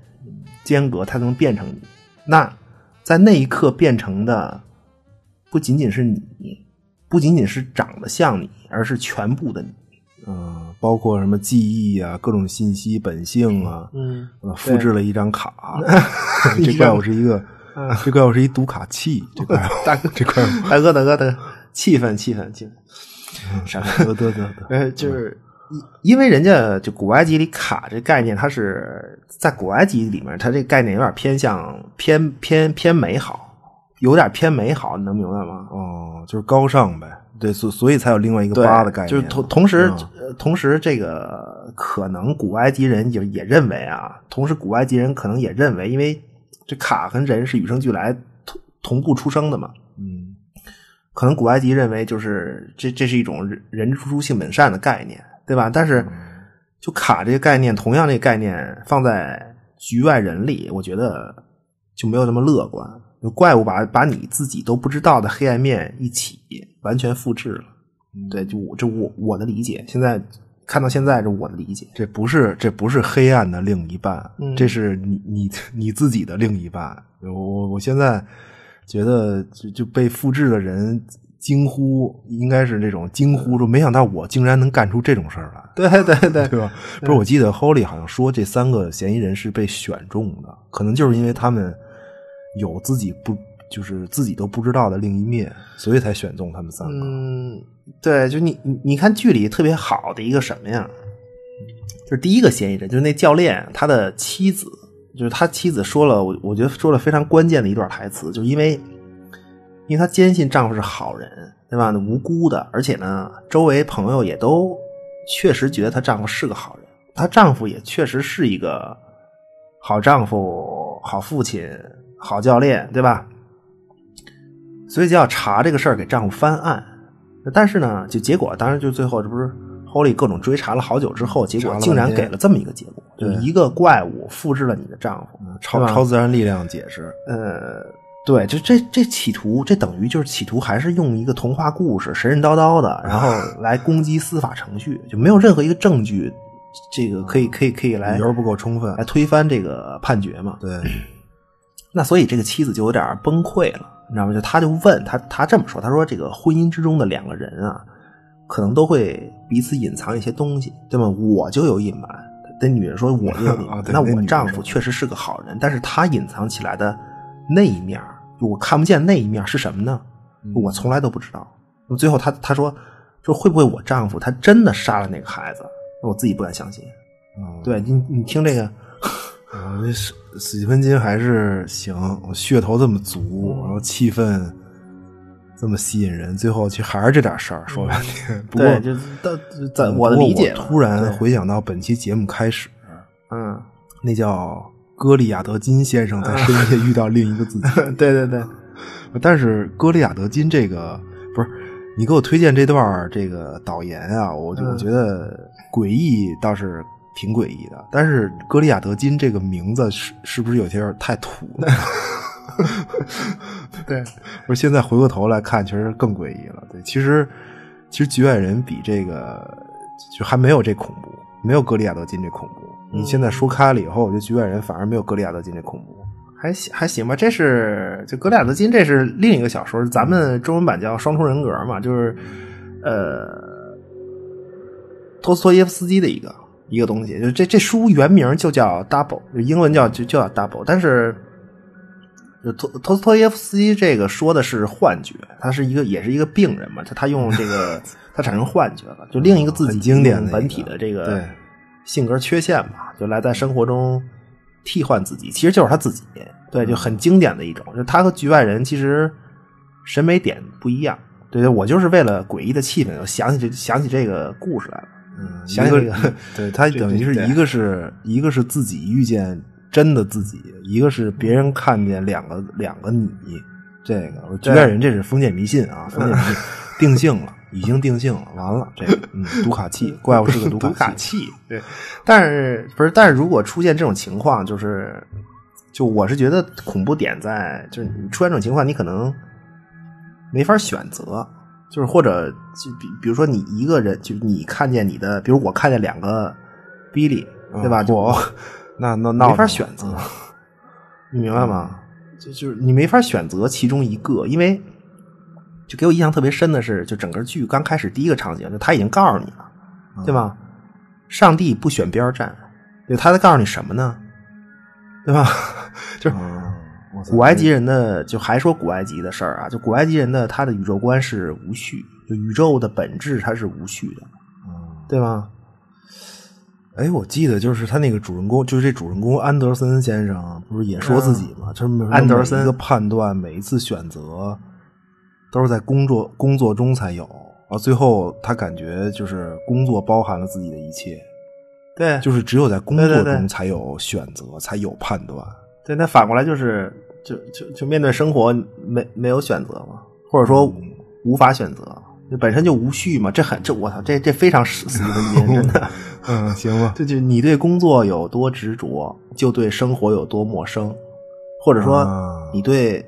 Speaker 2: 间隔，它才能变成你。那在那一刻变成的不仅仅是你，不仅仅是长得像你，而是全部的你。
Speaker 4: 嗯，包括什么记忆啊，各种信息本性啊，
Speaker 2: 嗯，
Speaker 4: 呃复制了一张卡。
Speaker 2: 一 嗯
Speaker 4: 这
Speaker 2: 张
Speaker 4: 怪物是一个，这怪物是一读卡器。这怪 物，
Speaker 2: 大哥，
Speaker 4: 这怪物，
Speaker 2: 大哥，大哥，大哥，气氛，气氛，气
Speaker 4: 嗯
Speaker 2: 氛，什么？
Speaker 4: 得得得得，
Speaker 2: 呃，就是因因为人家就古埃及里卡这概念，它是在古埃及里面，它这概念有点偏向偏偏偏美好，有点偏美好，你能明白吗？
Speaker 4: 哦，就是高尚呗。对，所所以才有另外一个
Speaker 2: 对
Speaker 4: 八的概念，
Speaker 2: 就是同同时、
Speaker 4: 嗯
Speaker 2: 呃同时这个可能古埃及人也也认为啊，同时古埃及人可能也认为，因为这卡跟人是与生俱来同同步出生的嘛，
Speaker 4: 嗯
Speaker 2: 可能古埃及认为就是这这是一种人人之初性本善的概念，对吧？但是就卡这个概念，同样这个概念放在局外人里，我觉得就没有那么乐观。就怪物把把你自己都不知道的黑暗面一起完全复制了，
Speaker 4: 嗯
Speaker 2: 对，就我这我我的理解，现在看到现在这我的理解，
Speaker 4: 这不是这不是黑暗的另一半，
Speaker 2: 嗯
Speaker 4: 这是你你你自己的另一半。我我我现在觉得就就被复制的人惊呼，应该是那种惊呼说：“没想到我竟然能干出这种事儿来。”
Speaker 2: 对对对
Speaker 4: 对吧？不是，我记得 Holy 好像说这三个嫌疑人是被选中的，可能就是因为他们有自己不就是自己都不知道的另一面，所以才选中他们三个。
Speaker 2: 嗯，对，就你你你看剧里特别好的一个什么呀？就是第一个嫌疑人，就是那教练他的妻子，就是他妻子说了，我我觉得说了非常关键的一段台词，就是因为因为她坚信丈夫是好人，对吧？无辜的，而且呢，周围朋友也都确实觉得她丈夫是个好人，她丈夫也确实是一个好丈夫、好父亲、好教练，对吧？所以就要查这个事儿给丈夫翻案。但是呢，就结果当然就最后这不是 Holly 各种追查了好久之后，结
Speaker 4: 查
Speaker 2: 果
Speaker 4: 了
Speaker 2: 竟然
Speaker 4: 半天
Speaker 2: 给了这么一个结果，就
Speaker 4: 对
Speaker 2: 一个怪物复制了你的丈夫，
Speaker 4: 超
Speaker 2: 是吧
Speaker 4: 超自然力量解释，
Speaker 2: 呃，对，就这这企图，这等于就是企图还是用一个童话故事神神叨叨的，然后来攻击司法程序，就没有任何一个证据，这个可以可以可以来
Speaker 4: 理由不够充分
Speaker 2: 来。推翻这个判决嘛？
Speaker 4: 对，
Speaker 2: 那所以这个妻子就有点崩溃了，你知道吗？就他就问他，他这么说，他说这个婚姻之中的两个人啊，可能都会彼此隐藏一些东西，对吗？我就有隐瞒，那女人说我就 有隐瞒，
Speaker 4: 啊对
Speaker 2: 那
Speaker 4: 那女
Speaker 2: 我
Speaker 4: 人
Speaker 2: 丈
Speaker 4: 说
Speaker 2: 夫确实是个好人，但是他隐藏起来的那一面儿，我看不见那一面儿是什么呢？我从来都不知道。那么最后他他说，就会不会我丈夫他真的杀了那个孩子？我自己不敢相信。
Speaker 4: 嗯，
Speaker 2: 对你，你听这个。
Speaker 4: 嗯这史史蒂芬金还是行，噱头这么
Speaker 2: 嗯
Speaker 4: 足，然后气氛这么吸引人，最后其实还是这点事儿。说半天，不过
Speaker 2: 嗯对，就到在
Speaker 4: 嗯
Speaker 2: 我的
Speaker 4: 不过
Speaker 2: 理解嘛，
Speaker 4: 突然
Speaker 2: 对
Speaker 4: 回想到本期节目开始，
Speaker 2: 嗯，
Speaker 4: 那叫戈利亚德金先生在深夜遇到另一个自己。
Speaker 2: 对对对，
Speaker 4: 但是戈利亚德金这个不是你给我推荐这段儿这个导言啊，我就
Speaker 2: 嗯
Speaker 4: 我觉得诡异倒是挺诡异的，但是戈利亚德金这个名字是是不是有些有点太土了？
Speaker 2: 对，
Speaker 4: 不是现在回过头来看，其实更诡异了。对，其实其实局外人比这个就还没有这恐怖，没有戈利亚德金这恐怖。你现在说开了以后，我觉得局外人反而没有戈利亚德金这恐怖。
Speaker 2: 还行还行吧。这是就《格里亚德金》，这是另一个小说，咱们中文版叫《双重人格》嘛，就是呃，托斯托耶夫斯基的一个一个东西。就这这书原名就叫《Double》，就英文叫就就叫《Double》，但是。就托托斯托耶夫斯基这个说的是幻觉，他是一个也是一个病人嘛，他他用这 个他产生幻觉了，就另一个自己
Speaker 4: 很经典的一个
Speaker 2: 本体的这个
Speaker 4: 对
Speaker 2: 性格缺陷吧，就来在生活中替换自己，其实就是他自己。对，就很经典的一种，就他和局外人其实审美点不一样。对对，我就是为了诡异的气氛，我想起这想起这个故事来了。
Speaker 4: 嗯，
Speaker 2: 想
Speaker 4: 一个
Speaker 2: 想这个
Speaker 4: 对他
Speaker 2: 这
Speaker 4: 等于
Speaker 2: 这
Speaker 4: 是
Speaker 2: 对
Speaker 4: 一个是一个是自己遇见真的自己，一个是别人看见两个两个你。这个我觉得局外人这是封建迷信啊，封建迷 信定性了，已经定性了，完了这个嗯，读卡器怪物是个
Speaker 2: 读
Speaker 4: 卡
Speaker 2: 卡器，对。但是不是？但是如果出现这种情况，就是就我是觉得恐怖点在，就是你出现这种情况，你可能没法选择，就是或者就比比如说你一个人，就是你看见你的，比如我看见两个 Billy，
Speaker 4: 嗯
Speaker 2: 对吧？就
Speaker 4: 嚯那那那嗯
Speaker 2: 没法选择，你明白吗？就就是你没法选择其中一个，因为就给我印象特别深的是，就整个剧刚开始第一个场景，就他已经告诉你了，
Speaker 4: 嗯
Speaker 2: 对吧？上帝不选边站，就他在告诉你什么呢？对吧？就是
Speaker 4: 嗯，
Speaker 2: 古埃及人的，就还说古埃及的事儿啊，就古埃及人的他的宇宙观是无序，就宇宙的本质它是无序的，对吗？
Speaker 4: 哎，我记得就是他那个主人公，就是这主人公安德森先生，不是也说自己吗？就是每
Speaker 2: 嗯安德森
Speaker 4: 每一个判断，每一次选择，都是在工作工作中才有。啊，最后他感觉就是工作包含了自己的一切，
Speaker 2: 对，
Speaker 4: 就是只有在工
Speaker 2: 对
Speaker 4: 作
Speaker 2: 对对
Speaker 4: 中才有选择，才有判断。
Speaker 2: 对，那反过来就是，就就就面对生活没没有选择嘛，或者说无法选择，就本身就无序嘛，这很这我操，这这非常死死于人间，真的。
Speaker 4: 嗯，行吧，
Speaker 2: 这就是你对工作有多执着，就对生活有多陌生，或者说
Speaker 4: 啊
Speaker 2: 你对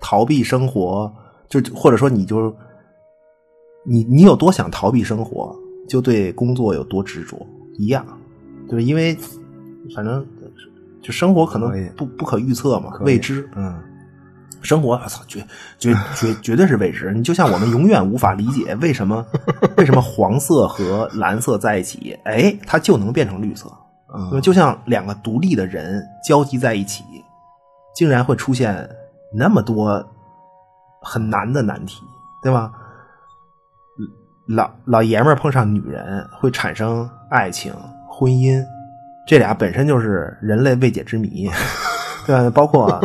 Speaker 2: 逃避生活，就或者说你就你你有多想逃避生活，就对工作有多执着一样，对，因为反正就生活可能
Speaker 4: 可以
Speaker 2: 不不可预测嘛，
Speaker 4: 可以
Speaker 2: 未知，
Speaker 4: 嗯，
Speaker 2: 生活，我啊操，绝绝绝绝对是未知。你就像我们永远无法理解为什么 为什么黄色和蓝色在一起，哎，它就能变成绿色。
Speaker 4: 嗯
Speaker 2: 那么就像两个独立的人交集在一起，竟然会出现那么多很难的难题，对吧？老老爷们儿碰上女人会产生爱情、婚姻，这俩本身就是人类未解之 谜，对吧？包括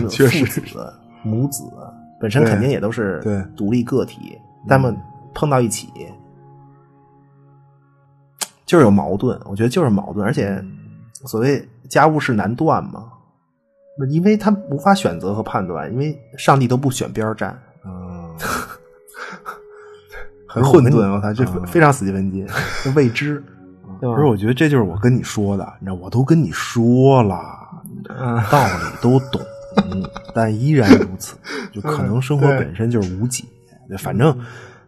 Speaker 2: 母
Speaker 4: 确实
Speaker 2: 父子、母子本身肯定也都是
Speaker 4: 对对
Speaker 2: 独立个体，他们碰到一起就是有矛盾，我觉得就是矛盾，而且所谓家务事难断嘛，那因为他无法选择和判断，因为上帝都不选边儿站，
Speaker 4: 嗯，
Speaker 2: 很混沌，我操，这
Speaker 4: 嗯
Speaker 2: 非常死记文 金，这未知，对吧
Speaker 4: 不是，我觉得这就是我跟你说的，你知道，我都跟你说了，
Speaker 2: 嗯
Speaker 4: 道理都 懂，但依然如此，就可能生活
Speaker 2: 嗯对嗯
Speaker 4: 本身就是无解，反正。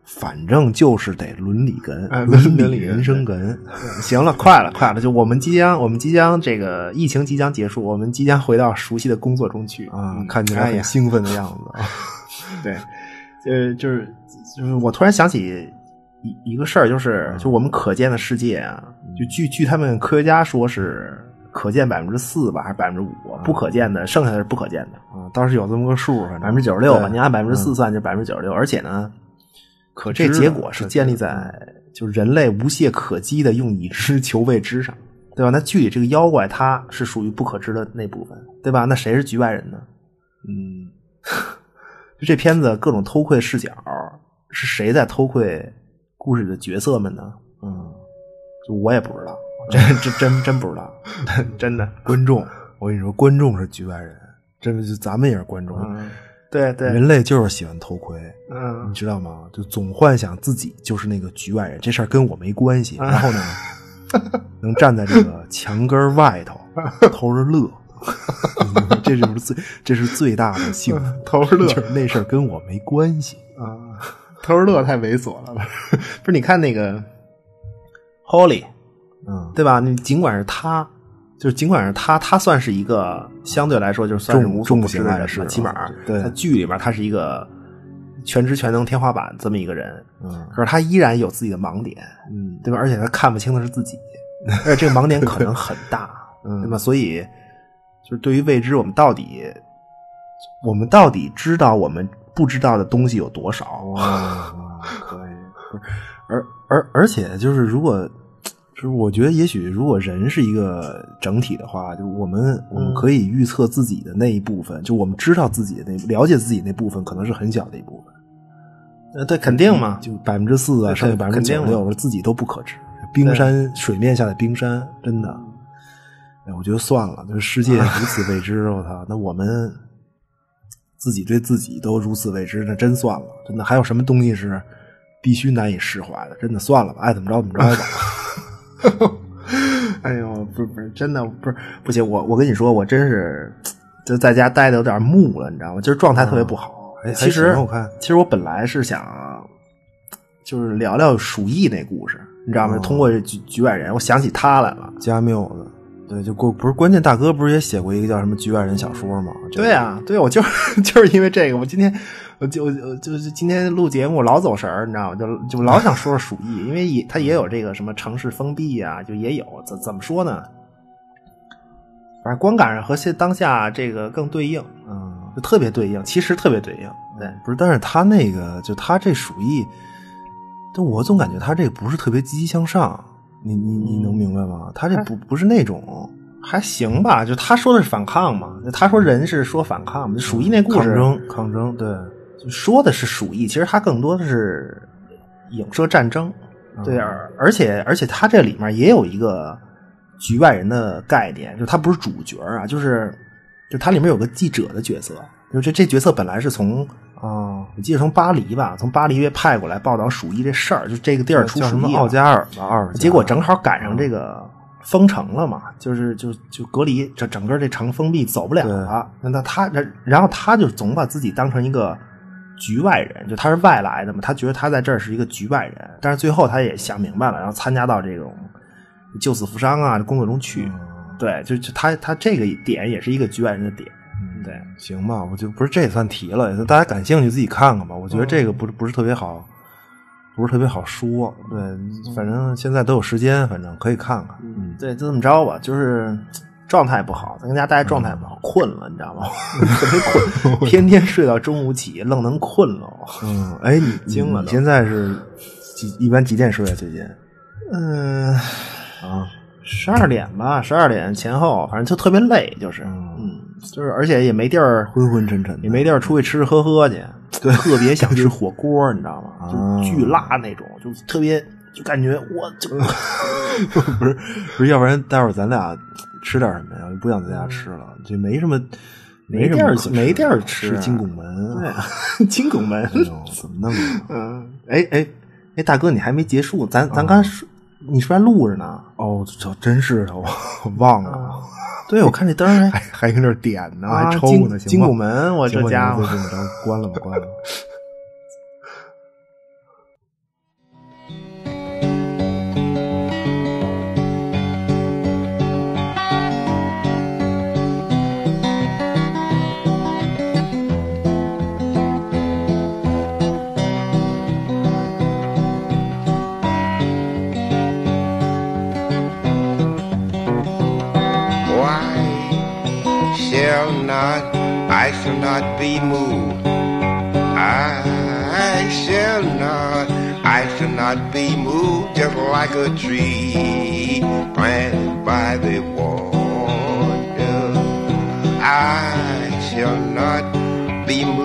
Speaker 4: 反正就是得伦理根
Speaker 2: 哎，
Speaker 4: 伦
Speaker 2: 伦
Speaker 4: 理
Speaker 2: 理根
Speaker 4: 人生根。
Speaker 2: 行了，快了，快了，就我们即将，我们即将这个疫情即将结束，我们即将回到熟悉的工作中去
Speaker 4: 啊
Speaker 2: 嗯，
Speaker 4: 看起来
Speaker 2: 哎呀
Speaker 4: 很兴奋的样 子啊。
Speaker 2: 对，呃就是就是就是，我突然想起一一个事儿，就是就我们可见的世界啊，就据据他们科学家说是可见百分之四吧，还是百分之五，不可见的剩下的是不可见的，
Speaker 4: 啊，倒是有这么个数，反
Speaker 2: 百
Speaker 4: 正
Speaker 2: 分之九十六吧，
Speaker 4: 对
Speaker 2: 你按百分之四
Speaker 4: 嗯
Speaker 2: 算就是百分之九十六，而且呢，
Speaker 4: 可
Speaker 2: 这
Speaker 4: 知
Speaker 2: 结
Speaker 4: 的
Speaker 2: 果是
Speaker 4: 可
Speaker 2: 建
Speaker 4: 知
Speaker 2: 立在
Speaker 4: 嗯
Speaker 2: 就人类无懈可击的用已知求未知上，对吧？那剧里这个妖怪他是属于不可知的那部分，对吧？那谁是局外人呢？
Speaker 4: 嗯
Speaker 2: 就这片子各种偷窥视角，是谁在偷窥故事里的角色们呢？
Speaker 4: 嗯，
Speaker 2: 就我也不知道，真真真真不知道， 真的。
Speaker 4: 观众，我跟你说，观众是局外人，真的就咱们也是观众。
Speaker 2: 嗯，对对，
Speaker 4: 人类就是喜欢偷窥，你
Speaker 2: 嗯
Speaker 4: 知道吗？就总幻想自己就是那个局外人，这事儿跟我没关系。然
Speaker 2: 嗯
Speaker 4: 后呢，能站在这个墙根儿外头偷着乐，
Speaker 2: 嗯
Speaker 4: 这就是最这是最大的幸福。
Speaker 2: 偷着乐
Speaker 4: 就是那事儿跟我没关系。
Speaker 2: 啊，偷着乐太猥琐了吧？不是，你看那个 Holly，
Speaker 4: 嗯，
Speaker 2: 对吧？你尽管是他，就是尽管是他，他算是一个相对来说就是算是
Speaker 4: 重
Speaker 2: 无所不知
Speaker 4: 重刑
Speaker 2: 的人
Speaker 4: 案事
Speaker 2: 吧
Speaker 4: 啊
Speaker 2: 起码
Speaker 4: 对
Speaker 2: 他剧里面他是一个全知全能天花板这么一个人，
Speaker 4: 嗯
Speaker 2: 可是他依然有自己的盲点，
Speaker 4: 嗯
Speaker 2: 对吧？而且他看不清的是自 己，而且这个盲点可能很大，
Speaker 4: 嗯
Speaker 2: 对吧？所以就是对于未知，我们到底我们到底知道我们不知道的东西有多少？
Speaker 4: 哇，可以。
Speaker 2: 啊
Speaker 4: 而而而且就是，如果就是我觉得，也许如果人是一个整体的话，就我们我
Speaker 2: 嗯
Speaker 4: 们可以预测自己的那一部分，就我们知道自己的那了解自己那部分，可能是很小的一部分，
Speaker 2: 呃，对，肯定嘛，
Speaker 4: 就百分之四啊，
Speaker 2: 对
Speaker 4: 剩下百
Speaker 2: 肯
Speaker 4: 分之九
Speaker 2: 肯定
Speaker 4: 六，
Speaker 2: 嘛
Speaker 4: 我说自己都不可知。冰山水面下的冰山，真的，哎，我觉得算了，就是世界如此未知，我操，那我们自己对自己都如此未知，那真算了，真的，还有什么东西是必须难以释怀的？真的，算了吧，爱怎么着怎么着吧。
Speaker 2: 哎呦，不是不是，真的不是不行，我我跟你说，我真是就在家待的有点木了，你知道吗？今儿状态特别不好。
Speaker 4: 嗯还
Speaker 2: 其实
Speaker 4: 还行我看
Speaker 2: 其实我本来是想就是聊聊鼠疫那故事，你知道吗？
Speaker 4: 哦
Speaker 2: 通过这局局外人，我想起他来了。
Speaker 4: 加缪的，对，就过不是关键，大哥不是也写过一个叫什么《局外人》小说吗？这个
Speaker 2: 啊 对，啊，对，我就是就是因为这个，我今天我就我就就是今天录节目老走神儿，你知道吗？就就老想说说鼠疫，因为也它也有这个什么城市封闭啊，就也有怎怎么说呢？反正观感上和现当下这个更对应，
Speaker 4: 嗯，
Speaker 2: 就特别对应，其实特别对应。对，
Speaker 4: 不是，但是他那个就他这鼠疫，但我总感觉他这不是特别积极向上，你你你能明白吗？嗯他这不不是那种
Speaker 2: 还行吧，就他说的是反抗嘛，他说人是说反抗嘛，鼠疫那故
Speaker 4: 抗
Speaker 2: 事
Speaker 4: 争抗争，对，
Speaker 2: 就说的是鼠疫，其实它更多的是影射战争。嗯对，而而且而且它这里面也有一个局外人的概念，就它不是主角啊，就是就它里面有个记者的角色，就这这角色本来是从
Speaker 4: 啊，
Speaker 2: 我记得从巴黎吧，从巴黎被派过来报道鼠疫这事儿，就这个地儿出
Speaker 4: 叫什
Speaker 2: 鼠
Speaker 4: 么
Speaker 2: 疫了
Speaker 4: 奥加尔吧，二
Speaker 2: 结果正好赶上这个封城了嘛，就是就就隔离，整整个这城封闭，走不了了。那那他然然后他就总把自己当成一个局外人，就他是外来的嘛，他觉得他在这儿是一个局外人。但是最后他也想明白了，然后参加到这种救死扶伤啊工作中去。
Speaker 4: 嗯
Speaker 2: 对，就就他他这个点也是一个局外人的点。对，
Speaker 4: 行吧，我就不是这也算题了，大家感兴趣自己看看吧。我觉得
Speaker 2: 哦
Speaker 4: 这个不是不是特别好，不是特别好说。对，反
Speaker 2: 哦
Speaker 4: 正现在都有时间，反正可以看看。 嗯，
Speaker 2: 对，就这么着吧，就是状态不好，咱跟家待着状态
Speaker 4: 嗯
Speaker 2: 不好，困了，你 知道吗？特别困，天天睡到中午起，愣能困了。
Speaker 4: 嗯，哎，你你
Speaker 2: 惊了
Speaker 4: 你
Speaker 2: 都
Speaker 4: 现在是几一般几点睡啊？最近
Speaker 2: 嗯，
Speaker 4: 啊，
Speaker 2: 十二点吧，十二点前后，反正就特别累，就是，嗯，就是，而且也没地儿，
Speaker 4: 昏昏沉沉的，
Speaker 2: 也 没地儿出去吃吃喝喝去， 对，特别想吃火锅，你知道吗？
Speaker 4: 啊
Speaker 2: 就巨辣那种，就特别，就感觉我就
Speaker 4: 不是不是，要不然待会儿咱俩吃点什么呀？我就不想在家吃了，这没什么，
Speaker 2: 嗯没
Speaker 4: 什
Speaker 2: 地
Speaker 4: 么
Speaker 2: 儿
Speaker 4: 可
Speaker 2: 没地儿
Speaker 4: 吃
Speaker 2: 吃
Speaker 4: 的，吃金拱门。哎
Speaker 2: 金拱门，
Speaker 4: 呦，怎么弄啊？
Speaker 2: 嗯，哎哎哎，大哥，你还没结束，咱咱刚说，你是不是还录着呢？啊
Speaker 4: 哦，这真是的，我我忘了，
Speaker 2: 对，我看这灯还
Speaker 4: 还还跟那儿点呢，
Speaker 2: 啊
Speaker 4: 还抽
Speaker 2: 金
Speaker 4: 呢，行吧
Speaker 2: 金拱门，我这家
Speaker 4: 伙
Speaker 2: 伙
Speaker 4: 就。这么着，关了吧，关了吧。
Speaker 5: Why shall not I shall not be moved? I shall not I shall not be moved just like a tree planted by the water. I shall not be moved.